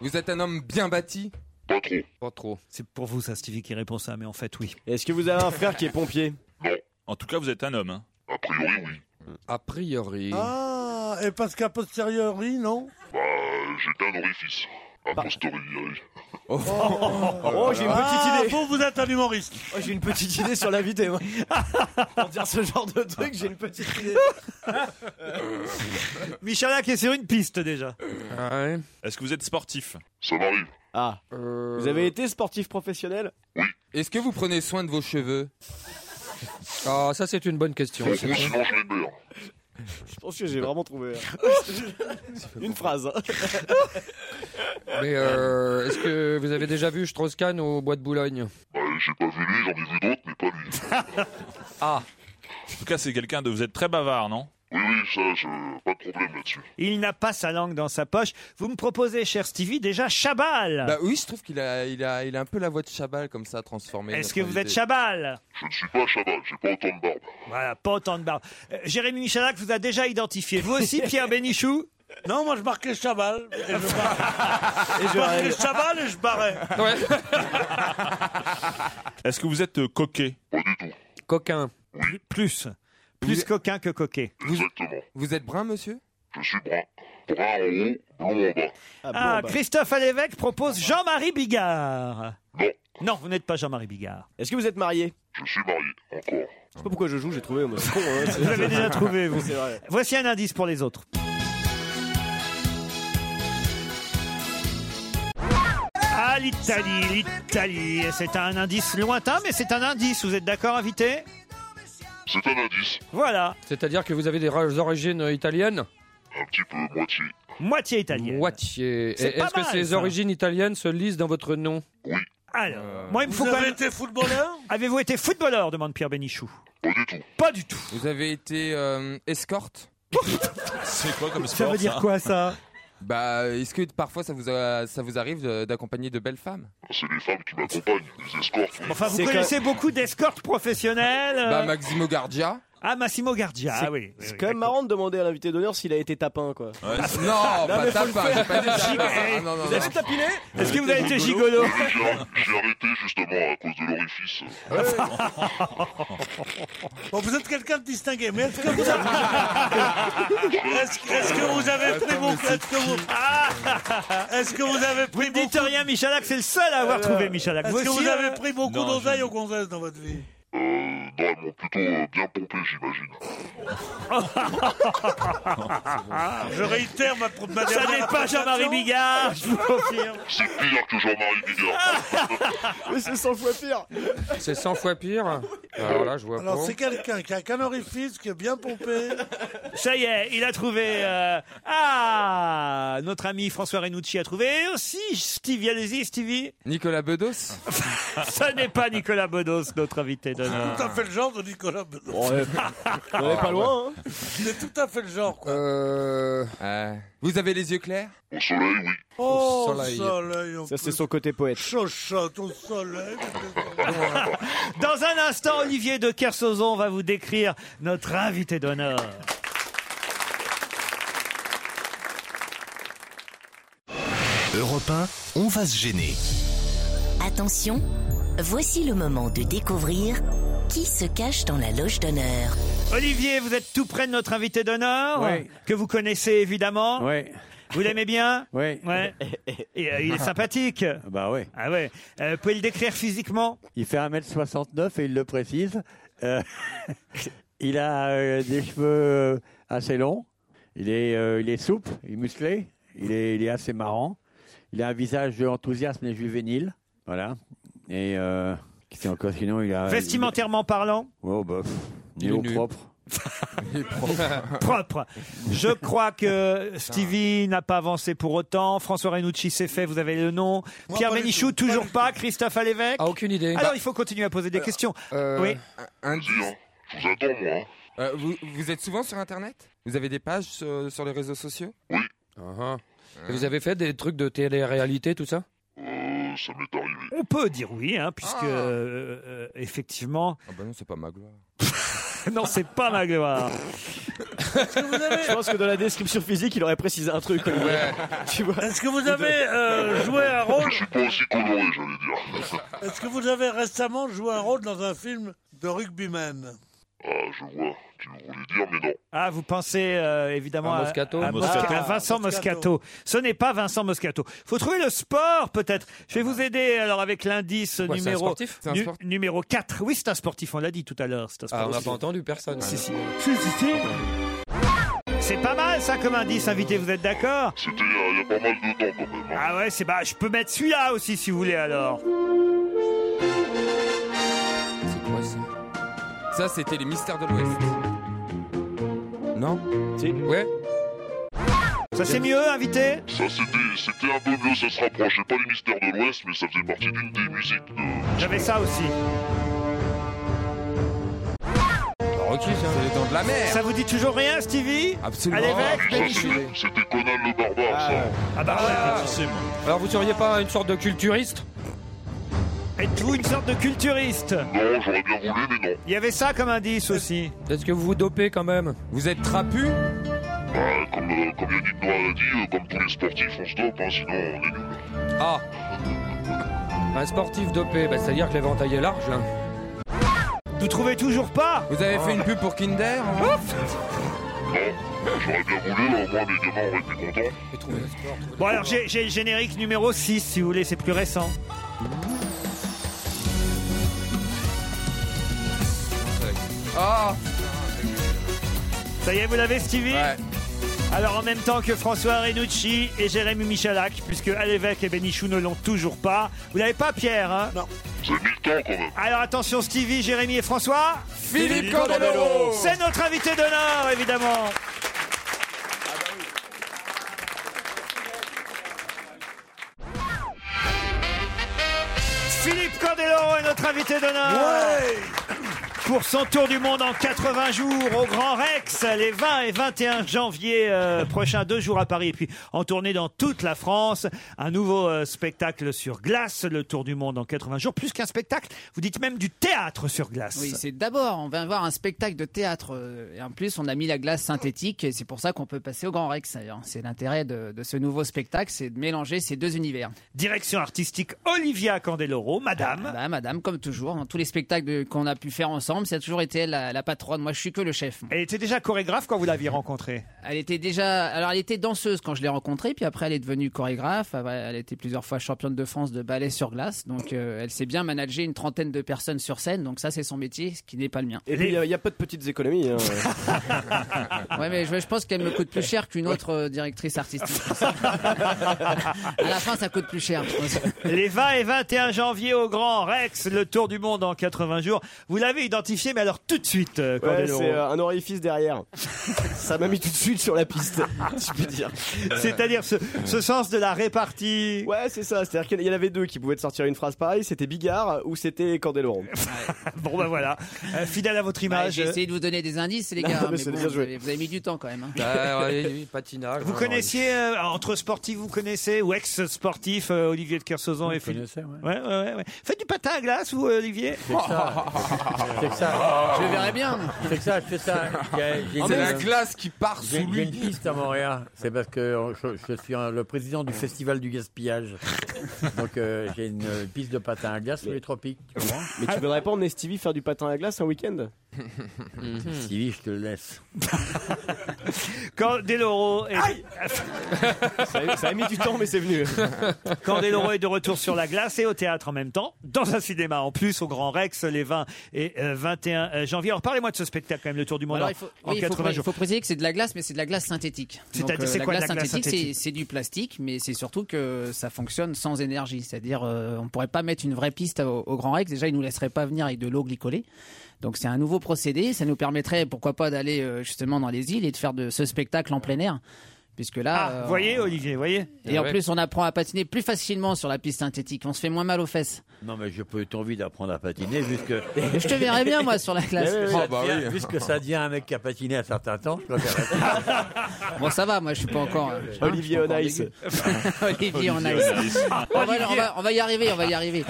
H: vous êtes un homme bien bâti
C: Pas trop. C'est pour vous, ça, Stevie, qui répond ça, mais en fait, oui.
F: Est-ce que vous avez un frère qui est pompier
K: Non. En tout cas, vous êtes un homme. Hein. A priori, oui.
G: A priori.
E: Ah, et parce qu'a posteriori, non
P: Bah,
C: Ah.
P: j'étais un orifice. A posteriori.
F: Oh, j'ai une
E: Ah,
F: petite idée.
E: bon, vous êtes un humoriste.
F: Oh, j'ai une petite idée sur l'invité, moi. Pour dire ce genre de truc, j'ai une petite idée.
C: Michalak Euh. qui est sur une piste déjà.
K: Est-ce que vous êtes sportif
P: Ça m'arrive.
F: Ah.
H: Euh,
F: Vous avez été sportif professionnel
G: Est-ce que vous prenez soin de vos cheveux Ah, ça c'est une bonne question.
P: En gros, sinon, je les perds.
F: Je pense que j'ai vraiment trouvé. hein. Une phrase. hein.
G: Mais euh, est-ce que vous avez déjà vu Strauss-Kahn au bois de Boulogne
P: Bah, j'ai pas vu lui, j'en ai vu d'autres, mais pas lui.
G: Ah.
K: En tout cas, c'est quelqu'un de. Vous êtes très bavard, non
P: Oui, oui, ça, je... pas de problème là-dessus.
C: Il n'a pas sa langue dans sa poche. Vous me proposez, cher Stevie, déjà Chabal.
H: Bah oui, je trouve qu'il a, il a, il a un peu la voix de Chabal comme ça transformée.
C: Est-ce
H: notre
C: que vous
H: invité.
C: êtes Chabal
P: Je ne suis pas Chabal, j'ai pas autant de barbe.
C: Voilà, pas autant de barbe. Euh, Jérémy Michalak vous a déjà identifié. Vous aussi, Pierre Bénichou
E: Non, moi je marquais Chabal. Et je
C: Et
E: je marquais Chabal et je barrais.
K: Est-ce que vous êtes euh, coquet
G: Coquin.
C: Plus. Plus coquin que coquet.
P: Exactement.
H: Vous êtes brun, monsieur
P: Je suis brun. Brun en haut, blond en bas.
C: Ah,
F: bah.
C: Christophe Alévèque propose Jean-Marie Bigard. Non, Ah, vous n'êtes pas Jean-Marie Bigard.
F: Est-ce que vous êtes marié
P: Je suis marié, encore.
F: Je sais pas pourquoi je joue, j'ai trouvé. Moi, c'est con, hein. C'est-
C: Vous avez déjà trouvé, vous.
F: C'est vrai.
C: Voici un indice pour les autres. Ah, l'Italie, l'Italie. C'est un indice lointain, mais c'est un indice. Vous êtes d'accord, invité
P: C'est un indice,
C: Voilà.
G: C'est-à-dire que vous avez des ra- origines italiennes
P: un petit peu moitié.
C: Moitié italienne.
G: Moitié. Et
C: C'est
G: Est-ce
C: pas
G: que
C: mal,
G: ces
C: ça.
G: origines italiennes se lisent dans votre nom
C: Alors, moi, il me faut
E: Vous
C: quand
E: avez
C: même-
E: été footballeur
C: Avez-vous été footballeur demande Pierre Bénichou. Pas du tout.
H: Vous avez été euh, escorte
K: C'est quoi comme
H: sport, veut dire ça
C: quoi ça
H: Bah, est-ce que parfois ça vous, a- ça vous arrive de- d'accompagner de belles femmes
P: C'est les femmes qui m'accompagnent, les escortes.
C: Enfin, Ah, vous
H: C'est
C: connaissez
H: comme-
C: beaucoup d'escortes professionnelles. euh,
H: Bah, Maximo Gardia
C: Ah, Massimo Gardia.
F: C'est-
C: Ah oui. oui,
F: c'est
C: oui.
F: quand même marrant de demander à l'invité d'honneur s'il a été tapin, quoi.
H: Non, pas
F: mais faut le
H: tapin,
F: faire.
H: j'ai pas dit tapin.
F: Giga-
H: Ah, non, non,
F: Vous avez
H: non.
F: tapiné
C: Est-ce que vous avez été
P: Gigolo
C: gigolo
P: Oui, J'ai ar- j'ai arrêté justement à cause de l'orifice.
K: Ah,
E: Bon, vous êtes quelqu'un de distingué, mais est-ce que vous avez... est-ce, est-ce que vous avez pris mon... Est-ce que vous... Est-ce que vous avez pris Euh,
C: Dites rien, Michalak, c'est le seul à avoir trouvé Michalak.
E: Est-ce
C: Vous
E: que
C: aussi,
E: vous
C: euh,
E: avez pris beaucoup
C: Non,
E: d'oseille aux gonzesses dans votre vie
P: Euh, non, elles m'ont plutôt euh, bien pompé, j'imagine.
E: Je réitère ma, pro- ma
C: Ça
E: dernière
C: n'est pas Jean-Marie
E: prestation.
C: Bigard, je vous confirme.
P: C'est pire que Jean-Marie Bigard.
F: Mais c'est 100 fois pire.
G: C'est 100 fois
P: Ah
G: pire Alors là, je vois
E: Alors,
G: pas.
E: c'est quelqu'un qui a un orifice, qui est bien pompé.
C: Ça y est, il a trouvé. euh, Ah Notre ami François Renucci a trouvé. Et aussi, Stevie, allez-y, Stevie.
H: Nicolas Bedos
C: Ça n'est pas Nicolas Bodos, notre invité d'honneur.
E: Ah. Tout à fait le genre de Nicolas Bedos.
F: Ah. On est pas loin, hein.
E: C'est tout à fait le genre, quoi.
G: Euh...
H: Vous avez les yeux clairs
P: Au soleil, oui.
E: Oh, au
H: soleil.
E: soleil. on
F: Ça, c'est son côté poète.
E: Chochotte au soleil.
C: Dans un instant, Olivier de Kersauzon va vous décrire notre invité d'honneur.
B: Europe 1, on va se gêner.
A: Attention, voici le moment de découvrir qui se cache dans la loge d'honneur.
C: Olivier, vous êtes tout près de notre invité d'honneur,
A: Oui.
C: que vous connaissez évidemment.
Q: Oui.
C: Vous l'aimez bien
Q: Oui.
C: Ouais. Et, euh, il est sympathique.
Q: Bah oui.
C: Ah ouais. Euh, vous pouvez le décrire
I: Ah,
C: physiquement
Q: Il fait 1m69 et il le précise. Euh, il a euh, des cheveux euh, assez longs. Il est, euh, il est souple, il est musclé. Il est, il est assez marrant. Il a un visage enthousiaste mais juvénile. Voilà. Et euh, qu'est-ce qu'il y a encore sinon il a.
C: Vestimentairement parlant
Q: il- Oh, bah, pff,
C: Il est
Q: néo
C: nu.
Q: propre.
C: Propre. Je crois que Stevie n'a pas avancé pour autant. François Renucci, c'est fait, vous avez le nom.
G: Moi,
C: Pierre
G: pas du
C: Benichou, toujours pas. Christophe Alévèque
G: Ah, aucune idée.
C: Alors, il faut continuer à poser des questions.
G: Euh,
C: oui.
H: Un
P: Je vous attends, moi. hein.
H: Euh, vous, vous êtes souvent sur Internet Vous avez des pages sur, sur les réseaux sociaux
P: Oui.
F: Uh-huh.
H: Et Vous avez fait des trucs de télé-réalité, tout ça
P: Euh, Ça m'est arrivé.
C: On peut dire oui, hein, puisque
G: Ah.
C: euh, euh, effectivement.
H: Ah bah non, c'est pas ma gloire.
C: non, c'est pas ma gloire.
F: Je pense que dans la description physique, il aurait précisé un truc. Olivier. Tu vois
E: Est-ce que vous avez euh, joué un rôle
P: Je suis pas aussi coloré, j'allais dire.
E: Est-ce que vous avez récemment joué un rôle dans un film de rugbyman
P: Ah, je vois. Tu voulais dire, mais non.
C: Ah, vous pensez euh, évidemment
P: À
C: à,
P: Moscato
C: à,
P: Moscato.
C: Mosca- à Vincent Moscato. Ce n'est pas Vincent Moscato. Faut trouver le sport peut-être. Je vais vous aider alors avec l'indice
H: Quoi, c'est un
C: numéro
H: sportif C'est un
C: nu-
H: sport-
C: numéro 4. Oui, c'est un sportif, on l'a dit tout à l'heure, c'est un
H: Ah, on n'a
C: sportif.
H: pas entendu personne.
C: Si, si. Si, si, si. C'est pas mal ça comme indice invité, vous êtes d'accord
P: C'était il y a- il y, a pas mal de temps quand même. hein.
C: Ah ouais, c'est bah je peux mettre celui-là aussi si vous voulez alors.
H: C'est quoi ça Ça, c'était les mystères de l'Ouest. Non Si Ouais
C: Ça, c'est mieux, invité
P: Ça, c'était c'était un peu mieux, ça se rapprochait pas du mystère de l'Ouest, mais ça faisait partie d'une des musiques.
C: J'avais ça aussi.
H: Rocky, c'est les dents de la mer.
C: Ça vous dit toujours rien Stevie
H: Absolument.
C: À l'évêque,
P: Ça,
C: Benichou
P: c'était c'était Conan le barbare, ça.
C: Ah bah ouais.
H: Alors, vous seriez pas une sorte de culturiste
C: Êtes-vous une sorte de culturiste
P: Non, j'aurais bien voulu, mais non.
C: Il y avait ça comme indice aussi.
H: Est-ce que vous vous dopez quand même Vous êtes trapu
P: Bah, comme, euh, comme Yannick Noir l'a dit, euh, comme tous les sportifs, on se dope, hein, sinon on est nuls.
H: Ah Un sportif dopé, bah, c'est-à-dire que l'éventail est large là.
C: Vous trouvez toujours pas
H: Vous avez fait une pub pour Kinder hein.
P: Non, j'aurais bien voulu, là, au moins mes gamins auraient été contents.
C: Bon alors j'ai j'ai le générique numéro 6 si vous voulez, c'est plus récent.
H: Ah
C: Ça y est, vous l'avez Stevie Alors en même temps que François Renucci et Jérémy Michalak, puisque Alévèque et Benichou ne l'ont toujours pas. Vous l'avez pas Pierre hein Non.
P: Vous avez mis le temps quand même.
C: Alors attention Stevie, Jérémy et François.
P: Philippe Candeloro.
C: C'est notre invité d'honneur évidemment. Philippe Candeloro est notre invité d'honneur. pour son tour du monde en 80 jours au Grand Rex les 20 et 21 janvier euh, prochains, deux jours à Paris et puis en tournée dans toute la France. Un nouveau euh, spectacle sur glace, le tour du monde en 80 jours, plus qu'un spectacle, vous dites même du théâtre sur glace.
R: Oui, c'est d'abord, on va voir un spectacle de théâtre. euh, Et en plus, on a mis la glace synthétique et c'est pour ça qu'on peut passer au Grand Rex. d'ailleurs. C'est l'intérêt de, de ce nouveau spectacle, c'est de mélanger ces deux univers.
C: Direction artistique Olivia Candeloro, madame.
R: Bah, madame, comme toujours, dans tous les spectacles qu'on a pu faire ensemble, ça a toujours été elle, la, la patronne. Moi, je suis que le chef.
C: Elle était déjà chorégraphe quand vous l'aviez rencontrée
R: Elle était déjà, alors elle était danseuse quand je l'ai rencontrée, puis après elle est devenue chorégraphe. Elle était plusieurs fois championne de France de ballet sur glace, donc euh, elle sait bien manager une trentaine de personnes sur scène. Donc ça, c'est son métier, ce qui n'est pas le mien.
F: Et puis, il n'y a pas de petites économies. hein.
R: Ouais, mais je, je pense qu'elle me coûte plus cher qu'une autre euh, directrice artistique. à la fin, ça coûte plus cher. je pense.
C: Les 20 et 21 janvier au Grand Rex, le tour du monde en 80 jours. Vous l'avez identifié, mais alors tout de suite, euh,
F: Ouais,
C: Candeloro.
F: c'est euh, un orifice derrière. Ça m'a mis tout de suite sur la piste, si je peux dire.
C: Euh. C'est-à-dire ce, ce sens de la répartie.
F: Ouais, c'est ça. C'est-à-dire qu'il y en avait deux qui pouvaient te sortir une phrase pareille. C'était Bigard ou c'était Candeloro.
C: bon, bah voilà. fidèle à votre
R: Ouais, Bah, J'ai essayé de vous donner des indices, les gars,
F: Non, mais
R: mais
F: c'est
R: bon,
F: bien
R: vous,
F: joué.
R: avez, vous avez mis du temps quand même. hein.
C: Bah,
H: Ah, patinage.
C: Vous connaissiez, euh, entre sportifs, vous connaissez, ou ex-sportif, euh, Olivier de Kersauzon et Philippe ouais. Ouais, ouais, ouais. Faites du patin à glace, vous, euh, Olivier
S: Fais que ça.
R: Je verrai bien.
S: Fais que ça, je fais ça.
H: Oh,
C: C'est la
S: glace qui part
C: sous
S: euh, J'ai
C: lui.
S: une piste à Montréal. C'est parce que euh, je, je suis un- le président du festival du gaspillage. Donc euh, j'ai une euh, piste de patin à glace sous les tropiques. Tu comprends
F: Mais tu voudrais pas emmener Stevie faire du patin à glace un week-end
R: Mhm.
S: Stevie, je te le laisse.
C: Candeloro Oh, est...
F: ça, ça a mis du temps, mais c'est venu.
C: Candeloro est de retour sur la glace et au théâtre en même temps, dans un cinéma en plus, au Grand Rex, les 20 et euh, 21 janvier. Alors parlez-moi de ce spectacle quand même, le Tour du Monde
R: Alors,
C: en,
R: il faut,
C: en
R: oui, il faut
C: 80
R: pré-
C: jours.
R: faut préciser que c'est de la glace, mais c'est de la glace synthétique.
C: C'est-à-dire,
R: Donc, euh,
C: c'est
R: la
C: quoi de
R: glace
C: la glace
R: synthétique,
C: synthétique
R: c'est- C'est du plastique, mais c'est surtout que ça fonctionne sans énergie. C'est-à-dire, euh, on pourrait pas mettre une vraie piste au, au Grand Rex. Déjà, ils nous laisseraient pas venir avec de l'eau glycolée. Donc, c'est un nouveau procédé. Ça nous permettrait, pourquoi pas, d'aller euh, justement dans les îles et de faire de ce spectacle en plein air Puisque là.
C: Ah, voyez, Olivier, voyez.
R: Et en plus, on apprend à patiner plus facilement sur la piste synthétique. On se fait moins mal aux fesses.
I: Non, mais j'ai pas eu envie d'apprendre à patiner, puisque.
R: Je te verrais bien, moi, sur la glace.
I: Mais oui,
R: Oh,
I: ça
R: bah
I: devient-
R: oui.
I: Puisque ça devient un mec qui a patiné un certain temps, je préfère être-
R: Bon, ça va, moi, je suis pas encore. hein, je
F: Olivier
R: suis pas encore
F: Onice.
R: dégueu. Olivier on
F: Onice.
R: On va, on va- on va y arriver, on va y arriver.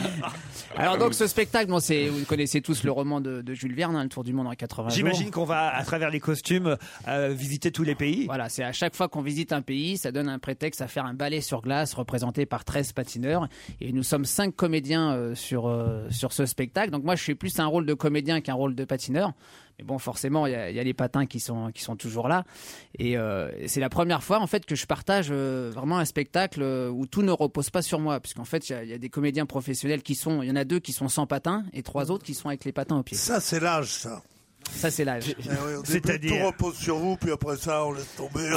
R: Alors, donc, ce spectacle, bon, c'est, vous connaissez tous le roman de, de Jules Verne, hein, Le Tour du Monde en 80 jours.
C: J'imagine qu'on va, à travers les costumes, euh, visiter tous les pays.
R: Voilà, c'est à chaque fois qu'on visite un pays, ça donne un prétexte à faire un ballet sur glace représenté par 13 patineurs. Et nous sommes cinq comédiens euh, sur, euh, sur ce spectacle. Donc moi, je suis plus un rôle de comédien qu'un rôle de patineur. Mais bon, forcément, il y, a- il y a les patins qui sont, qui sont toujours là. Et euh, c'est la première fois, en fait, que je partage euh, vraiment un spectacle euh, où tout ne repose pas sur moi. Puisqu'en fait, il y a- il y, a des comédiens professionnels qui sont... Il y en a deux qui sont sans patins et trois autres qui sont avec les patins au pied.
E: Ça, c'est l'âge, ça.
R: Ça, c'est l'âge.
E: Eh
T: Ah
E: oui, au début, Tout repose sur vous, puis après ça, on laisse tomber.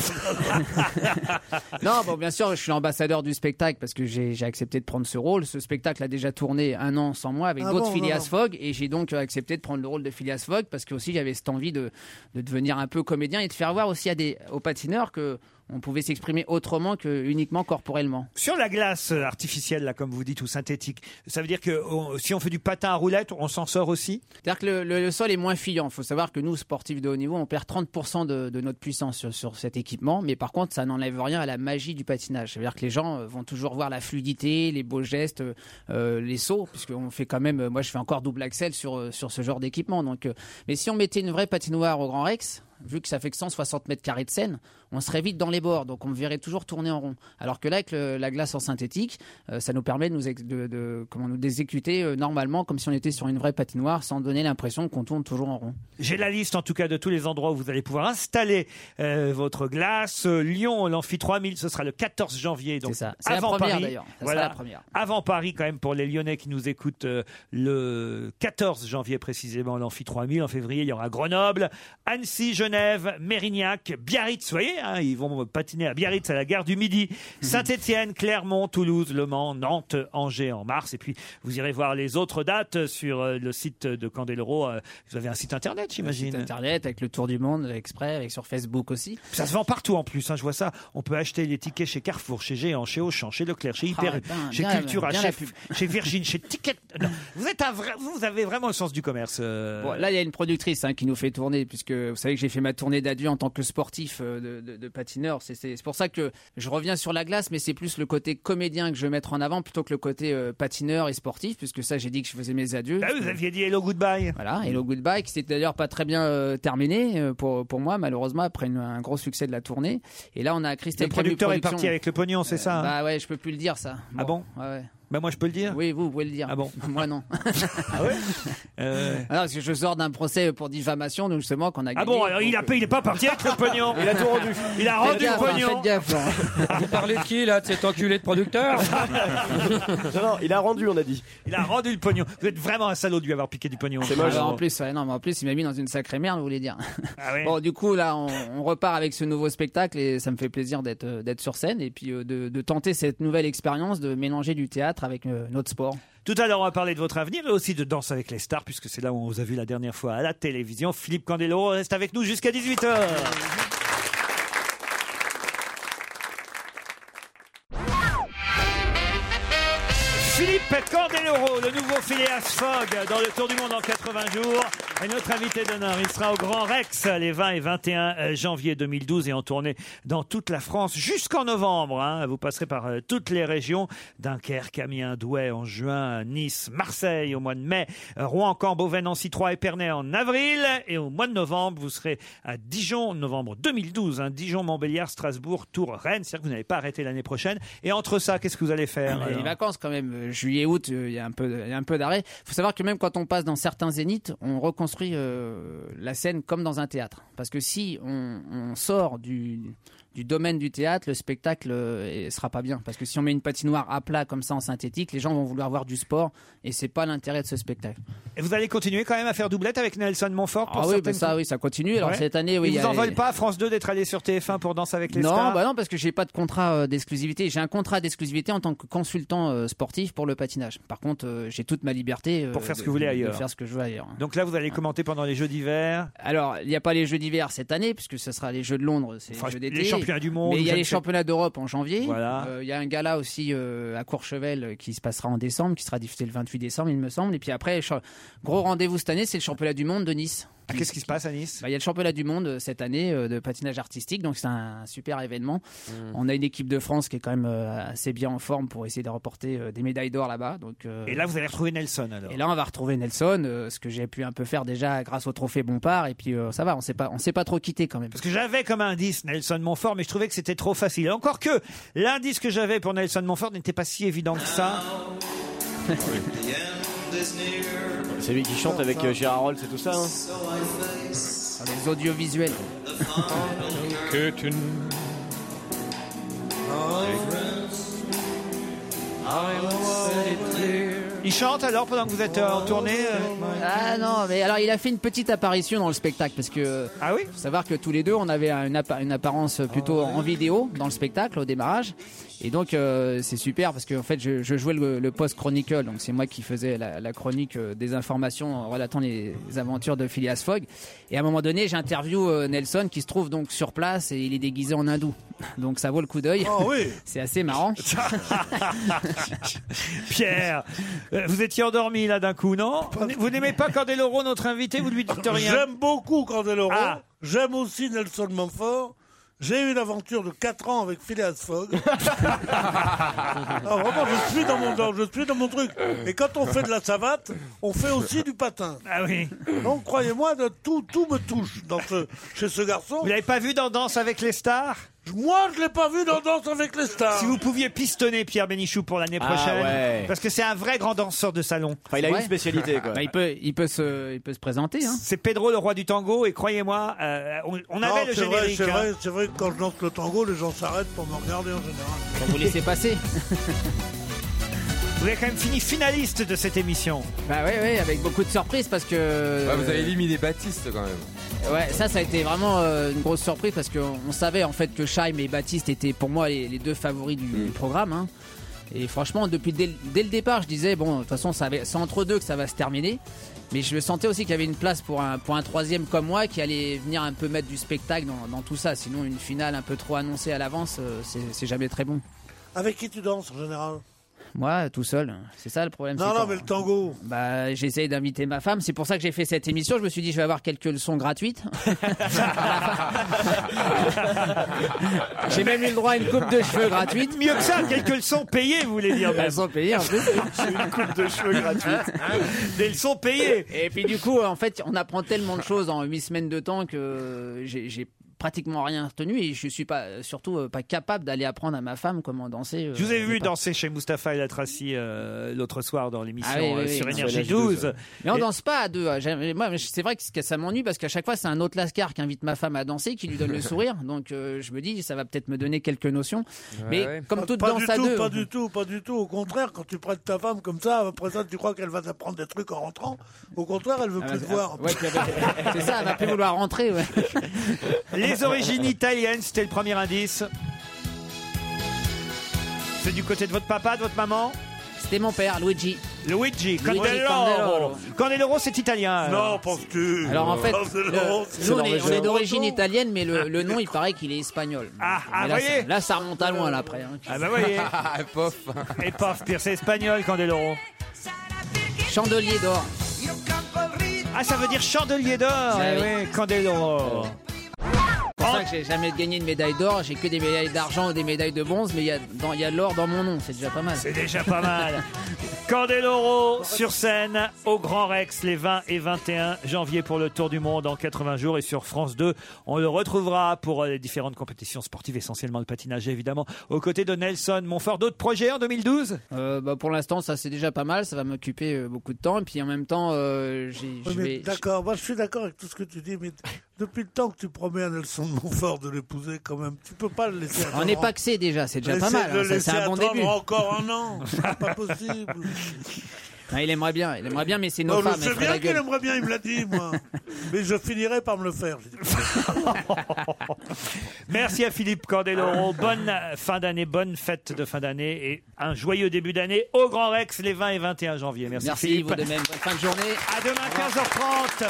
R: Non, bon, bien sûr, je suis l'ambassadeur du spectacle parce que j'ai j'ai accepté de prendre ce rôle. Ce spectacle a déjà tourné un an sans moi avec
T: Ah
R: d'autres
T: bon,
R: Phileas
T: non, non.
R: Fogg et j'ai donc accepté de prendre le rôle de Phileas Fogg parce que aussi j'avais cette envie de, de devenir un peu comédien et de faire voir aussi à des, aux patineurs que on pouvait s'exprimer autrement que uniquement corporellement.
C: Sur la glace euh, artificielle, là, comme vous dites, ou synthétique, ça veut dire que on- si on fait du patin à roulette, on s'en sort aussi
R: C'est-à-dire que le, le- le sol est moins filant. Il faut savoir que nous, sportifs de haut niveau, on perd 30% de, de notre puissance sur, sur cet équipement. Mais par contre, ça n'enlève rien à la magie du patinage. C'est-à-dire que les gens euh, vont toujours voir la fluidité, les beaux gestes, euh, euh, les sauts, puisqu'on fait quand même. euh, Moi, je fais encore double axel sur, euh, sur ce genre d'équipement. Donc, euh, mais si on mettait une vraie patinoire au Grand Rex, vu que ça fait que 160 mètres carrés de scène, on serait vite dans les bords, donc on me verrait toujours tourner en rond. Alors que là, avec le- la glace en synthétique, euh, ça nous permet de nous, ex- de, de- comment, nous d'exécuter euh, normalement, comme si on était sur une vraie patinoire, sans donner l'impression qu'on tourne toujours en rond.
C: J'ai la liste en tout cas de tous les endroits où vous allez pouvoir installer euh, votre glace. Euh, Lyon, l'amphi 3000, ce sera le 14 janvier. Donc
R: C'est la
C: avant
R: première,
C: Paris.
R: d'ailleurs. Ça sera la première.
C: Avant Paris quand même pour les Lyonnais qui nous écoutent euh, le 14 janvier précisément l'amphi 3000. En février, il y aura Grenoble, Annecy, Genève, Mérignac, Biarritz. Vous voyez, hein, ils vont patiner à Biarritz à la gare du Midi.
R: Mhm.
C: Saint-Étienne, Clermont, Toulouse, Le Mans, Nantes, Angers en mars. Et puis vous irez voir les autres dates sur euh, le site de Candeloro. Euh, Vous avez un site internet, j'imagine.
R: Site internet, avec le Tour du Monde, exprès, avec sur Facebook aussi.
C: Ça se vend partout en plus, hein, je vois ça. On peut acheter les tickets chez Carrefour, chez Géant, chez Auchan, chez Leclerc, chez
R: Ah
C: Hyper,
R: ouais, ben,
C: chez
R: bien,
C: Cultura,
R: bien
C: chez,
R: la pub.
C: chez Virgin, chez Ticket. Non, vous, êtes un vrai- vous avez vraiment le sens du commerce. euh.
R: Bon, là, il y a une productrice hein, qui nous fait tourner, puisque vous savez que j'ai fait ma tournée d'adieu en tant que sportif euh, de, de- de patineur. C'est- C'est c'est pour ça que je reviens sur la glace, mais c'est plus le côté comédien que je veux mettre en avant plutôt que le côté euh, patineur et sportif, puisque ça, j'ai dit que je faisais mes adieux.
C: Là, Ah vous aviez dit Hello Goodbye.
R: Voilà, Hello Goodbye, qui s'est d'ailleurs pas très bien euh, terminé euh, pour, pour moi, malheureusement, après une- un gros succès de la tournée. Et là, on a
C: Le
R: Christelle Crému
C: producteur est
R: Productions.
C: parti avec le pognon, c'est ça hein
R: Bah ouais, je peux plus le dire, ça.
C: Ah bon
R: Ouais, ouais.
C: Bah moi je peux le dire
R: Oui, vous, vous pouvez le dire. Ah bon Moi non.
C: Euh,
R: Ah non, parce que je sors d'un procès pour diffamation, donc justement qu'on a
C: Ah
R: gagné.
C: bon, alors, il a payé, il est pas parti avec le pognon. Il a rendu le pognon.
R: hein.
G: Vous parlez de qui là De cet enculé de producteur
C: non, il a rendu, on a dit. Il a rendu le pognon. Vous êtes vraiment un salaud de lui avoir piqué du pognon.
R: Alors, en plus, ouais, non, mais en plus, il m'a mis dans une sacrée merde, vous voulez dire.
C: Ah
R: Bon, du coup, là, on, on repart avec ce nouveau spectacle et ça me fait plaisir d'être euh, d'être sur scène et puis euh, de, de tenter cette nouvelle expérience de mélanger du théâtre avec euh, notre sport.
C: Tout à l'heure, on va parler de votre avenir et aussi de Danse avec les stars, puisque c'est là où on vous a vu la dernière fois à la télévision. Philippe Candeloro reste avec nous jusqu'à 18h. Philippe Candeloro, le nouveau Phileas Fogg dans le Tour du Monde en 80 jours. Et notre invité d'honneur, il sera au Grand Rex les 20 et 21 janvier 2012 et en tournée dans toute la France jusqu'en novembre. hein. Vous passerez par euh, toutes les régions. Dunkerque, Amiens, Douai en juin, Nice, Marseille au mois de mai, euh, Rouen, Caen, Beauvais, Nancy, Troyes, Épernay en avril. Et au mois de novembre, vous serez à Dijon, novembre 2012, hein. Dijon, Montbéliard, Strasbourg, Tours, Rennes. C'est-à-dire que vous n'allez pas arrêter l'année prochaine. Et entre ça, qu'est-ce que vous allez faire
R: Il y a
C: alors
R: les vacances quand même, euh, juillet, août, euh, il y a un peu, il y a un peu d'arrêt. Il faut savoir que même quand on passe dans certains zéniths, on reconstruit euh, la scène comme dans un théâtre. Parce que si on, on sort du, du domaine du théâtre, le spectacle euh, eh, sera pas bien. Parce que si on met une patinoire à plat comme ça en synthétique, les gens vont vouloir voir du sport et c'est pas l'intérêt de ce spectacle.
C: Et vous allez continuer quand même à faire doublette avec Nelson Montfort pour
R: Ah oui,
C: certaines-
R: bah ça, oui, ça continue. Alors, cette année, oui, il
C: Ils
R: y
C: vous
R: a
C: en
R: les-
C: veulent pas France 2 d'être allé sur TF1 pour Danse avec les
R: non,
C: stars
R: bah non, parce que j'ai pas de contrat euh, d'exclusivité. J'ai un contrat d'exclusivité en tant que consultant euh, sportif pour le patinage. Par contre, euh, j'ai toute ma liberté euh,
C: Pour faire ce
R: de-
C: que vous voulez
R: de-
C: ailleurs.
R: De faire ce que je veux ailleurs.
C: Donc là, vous allez commenter pendant les Jeux d'hiver.
R: Alors, il n'y a pas les Jeux d'hiver cette année, puisque ce sera les Jeux de Londres, c'est
C: Enfin,
R: les Jeux
C: les
R: d'été.
C: championnats championnats du monde.
R: Mais il y
C: je
R: a
C: ne
R: les
C: sais-
R: championnats d'Europe en janvier.
C: Voilà.
R: Euh, Il y a un gala aussi euh, à Courchevel euh, qui se passera en décembre, qui sera diffusé le 28 décembre, il me semble. Et puis après, cha- gros rendez-vous cette année, c'est le championnat du monde de Nice.
C: Ah,
R: Bah,
C: Qu'est-ce qui se passe à Nice
R: Il y a le championnat du monde euh, cette année euh, de patinage artistique, donc c'est un super événement. On a une équipe de France qui est quand même euh, assez bien en forme pour essayer de remporter euh, des médailles d'or là-bas. Donc, euh,
C: Et là, vous allez retrouver Nelson alors.
R: et là, on va retrouver Nelson, euh, ce que j'ai pu un peu faire déjà grâce au trophée Bompard. Et puis, euh, ça va, on s'est pas, on s'est pas trop quitté quand même.
C: Parce que j'avais comme indice Nelson Montfort, mais je trouvais que c'était trop facile. Encore que l'indice que j'avais pour Nelson Montfort n'était pas si évident que ça.
F: C'est lui qui chante avec euh, Gérard Rolls et tout ça.
R: Les audiovisuels.
C: Il chante alors pendant que vous êtes euh, en tournée euh
R: Ah non, mais alors il a fait une petite apparition dans le spectacle parce que euh,
C: ah oui,
R: faut savoir que tous les deux on avait une, appa- une apparence plutôt en vidéo dans le spectacle au démarrage et donc euh, c'est super parce que en fait je, je jouais le, le post chronicle donc c'est moi qui faisais la, la chronique euh, des informations relatant les aventures de Phileas Fogg et à un moment donné j'interview euh, Nelson qui se trouve donc sur place et il est déguisé en hindou donc ça vaut le coup d'œil.
C: Ah
R: c'est assez marrant.
C: euh, Pierre, euh, vous étiez endormi là d'un coup, non Vous n'aimez pas Candeloro, notre invité, vous lui dites rien.
E: J'aime beaucoup Candeloro.
C: Ah.
E: J'aime aussi Nelson Montfort. J'ai eu une aventure de 4 ans avec Phileas Fogg. Ah, vraiment, je suis dans mon dans- je suis dans mon truc. Et quand on fait de la savate, on fait aussi du patin.
C: Ah oui.
E: Donc croyez-moi, de tout tout me touche dans ce- chez ce garçon. Vous
C: l'avez pas vu dans Danse avec les stars
E: Moi, je l'ai pas vu dans Danse avec les stars.
C: Si vous pouviez pistonner Pierre Bénichou pour l'année
R: Ah
C: prochaine,
R: ouais.
C: parce que c'est un vrai grand danseur de salon.
R: Ouais. Bah, il peut, il peut se, il peut se présenter. Hein.
C: C'est Pedro, le roi du tango, et croyez-moi, euh, on, on avait
E: Non,
C: le
E: c'est vrai,
C: générique.
E: C'est
C: hein.
E: vrai, c'est vrai que quand je danse le tango, les gens s'arrêtent pour me regarder en général.
R: Quand vous laissez passer.
C: Vous avez quand même fini finaliste de cette émission.
R: Bah oui, oui, avec beaucoup de surprises parce que. euh,
H: Ouais,
S: Euh,
H: vous avez éliminé Baptiste quand même.
R: Ouais, ça, ça a été vraiment euh, une grosse surprise parce qu'on on savait en fait que Scheim et Baptiste étaient pour moi les, les deux favoris du,
H: Mm.
R: du programme. hein. Et franchement, depuis dès, le- dès le départ, je disais, bon, de toute façon, ça avait- c'est entre deux que ça va se terminer. Mais je sentais aussi qu'il y avait une place pour un, pour un troisième comme moi qui allait venir un peu mettre du spectacle dans, dans tout ça. Sinon, une finale un peu trop annoncée à l'avance, euh, c'est c'est jamais très bon.
E: Avec qui tu danses en général
R: Moi, tout seul, c'est ça le problème.
E: Non,
R: c'est
E: non,
R: quand-
E: mais le tango.
R: Bah, j'essaye d'inviter ma femme. C'est pour ça que j'ai fait cette émission. Je me suis dit, je vais avoir quelques leçons gratuites. j'ai même eu le droit à une coupe de cheveux gratuite.
C: Mieux que ça, quelques leçons payées, vous voulez dire.
R: Elles sont payées en plus. Ah
C: une coupe de cheveux gratuite. Des leçons payées.
R: Et puis du coup, en fait, on apprend tellement de choses en huit semaines de temps que j'ai j'ai pratiquement rien retenu et je suis pas, surtout euh, pas capable d'aller apprendre à ma femme comment danser. euh,
C: Je vous ai
R: au
C: vu
R: départ.
C: danser chez Mustapha El Atrassi euh, l'autre soir dans l'émission
R: Ah oui, oui,
C: euh,
R: oui,
C: sur
R: non.
C: Énergie 12.
R: Mais on
C: Et-
R: danse pas à deux. hein. J'aime- Moi, c'est vrai que ce que ça m'ennuie parce qu'à chaque fois, c'est un autre lascar qui invite ma femme à danser, qui lui donne le sourire. Donc, euh, je me dis, ça va peut-être me donner quelques notions. mais comme
E: Pas-
R: toute
E: pas
R: danse
E: du
R: à
E: tout,
R: deux, hein.
E: Pas du tout, pas du tout. Au contraire, quand tu prêtes ta femme comme ça, après ça, tu crois qu'elle va t'apprendre des trucs en rentrant. Au contraire, elle veut plus te voir.
R: Ouais, puis Ah, elle va- c'est ça, elle va plus vouloir rentrer. ouais.
C: Les origines italiennes, c'était le premier indice. C'est du côté de votre papa, de votre maman
R: C'était mon père, Luigi.
C: Luigi,
R: Luigi
C: Candeloro.
R: Candeloro.
C: Candeloro, c'est italien.
E: Non, penses-tu
R: Alors en fait, le- nous, on est, on est d'origine italienne, mais le, le nom, il paraît qu'il est espagnol. Ah,
C: ah,
R: là,
C: voyez
R: ça, là, ça remonte à loin, là, après. hein.
C: Ah bah voyez.
H: Pof.
C: Et paf, pire, c'est espagnol, Candeloro.
R: Chandelier d'or.
C: Ah, ça veut dire chandelier d'or.
R: Ah
C: Eh
R: oui.
C: oui, Candeloro.
R: C'est pour ça que j'ai jamais gagné de médaille d'or, j'ai que des médailles d'argent ou des médailles de bronze, mais il y a, dans- il y a de l'or dans mon nom, c'est déjà pas mal.
C: C'est déjà pas mal. Candeloro sur scène au Grand Rex les 20 et 21 janvier pour le Tour du Monde en 80 jours et sur France 2. On le retrouvera pour euh, les différentes compétitions sportives, essentiellement le patinage évidemment, aux côtés de Nelson Montfort. D'autres projets en 2012
R: Euh, bah, pour l'instant, ça c'est déjà pas mal, ça va m'occuper euh, beaucoup de temps, et puis en même temps, euh, j'ai-
E: Oui,
R: je
E: mais
R: vais.
E: D'accord, moi je suis d'accord avec tout ce que tu dis, mais depuis le temps que tu promets à Nelson Montfort de l'épouser, quand même, tu peux pas le laisser.
R: On
E: attendre.
R: est paxé déjà, c'est déjà pas
E: Laisser-
R: mal,
E: le
R: hein, ça, c'est
E: laisser
R: un bon
E: attendre
R: début.
E: encore un an, c'est pas possible.
R: Ah, il aimerait bien, il aimerait bien, mais c'est nos
E: Non,
R: femmes.
E: je sais
R: elles feraient la
E: bien qu'il
R: gueule.
E: aimerait bien, il me l'a dit, moi. Mais je finirai par me le faire. J'ai dit,
C: Merci à Philippe Candeloro. Bonne euh, fin d'année, bonne fête de fin d'année et un joyeux début d'année au Grand Rex les 20 et 21 janvier. Merci,
R: Merci,
C: Philippe.
R: vous de même. Bonne fin de journée.
C: À demain, 15h30.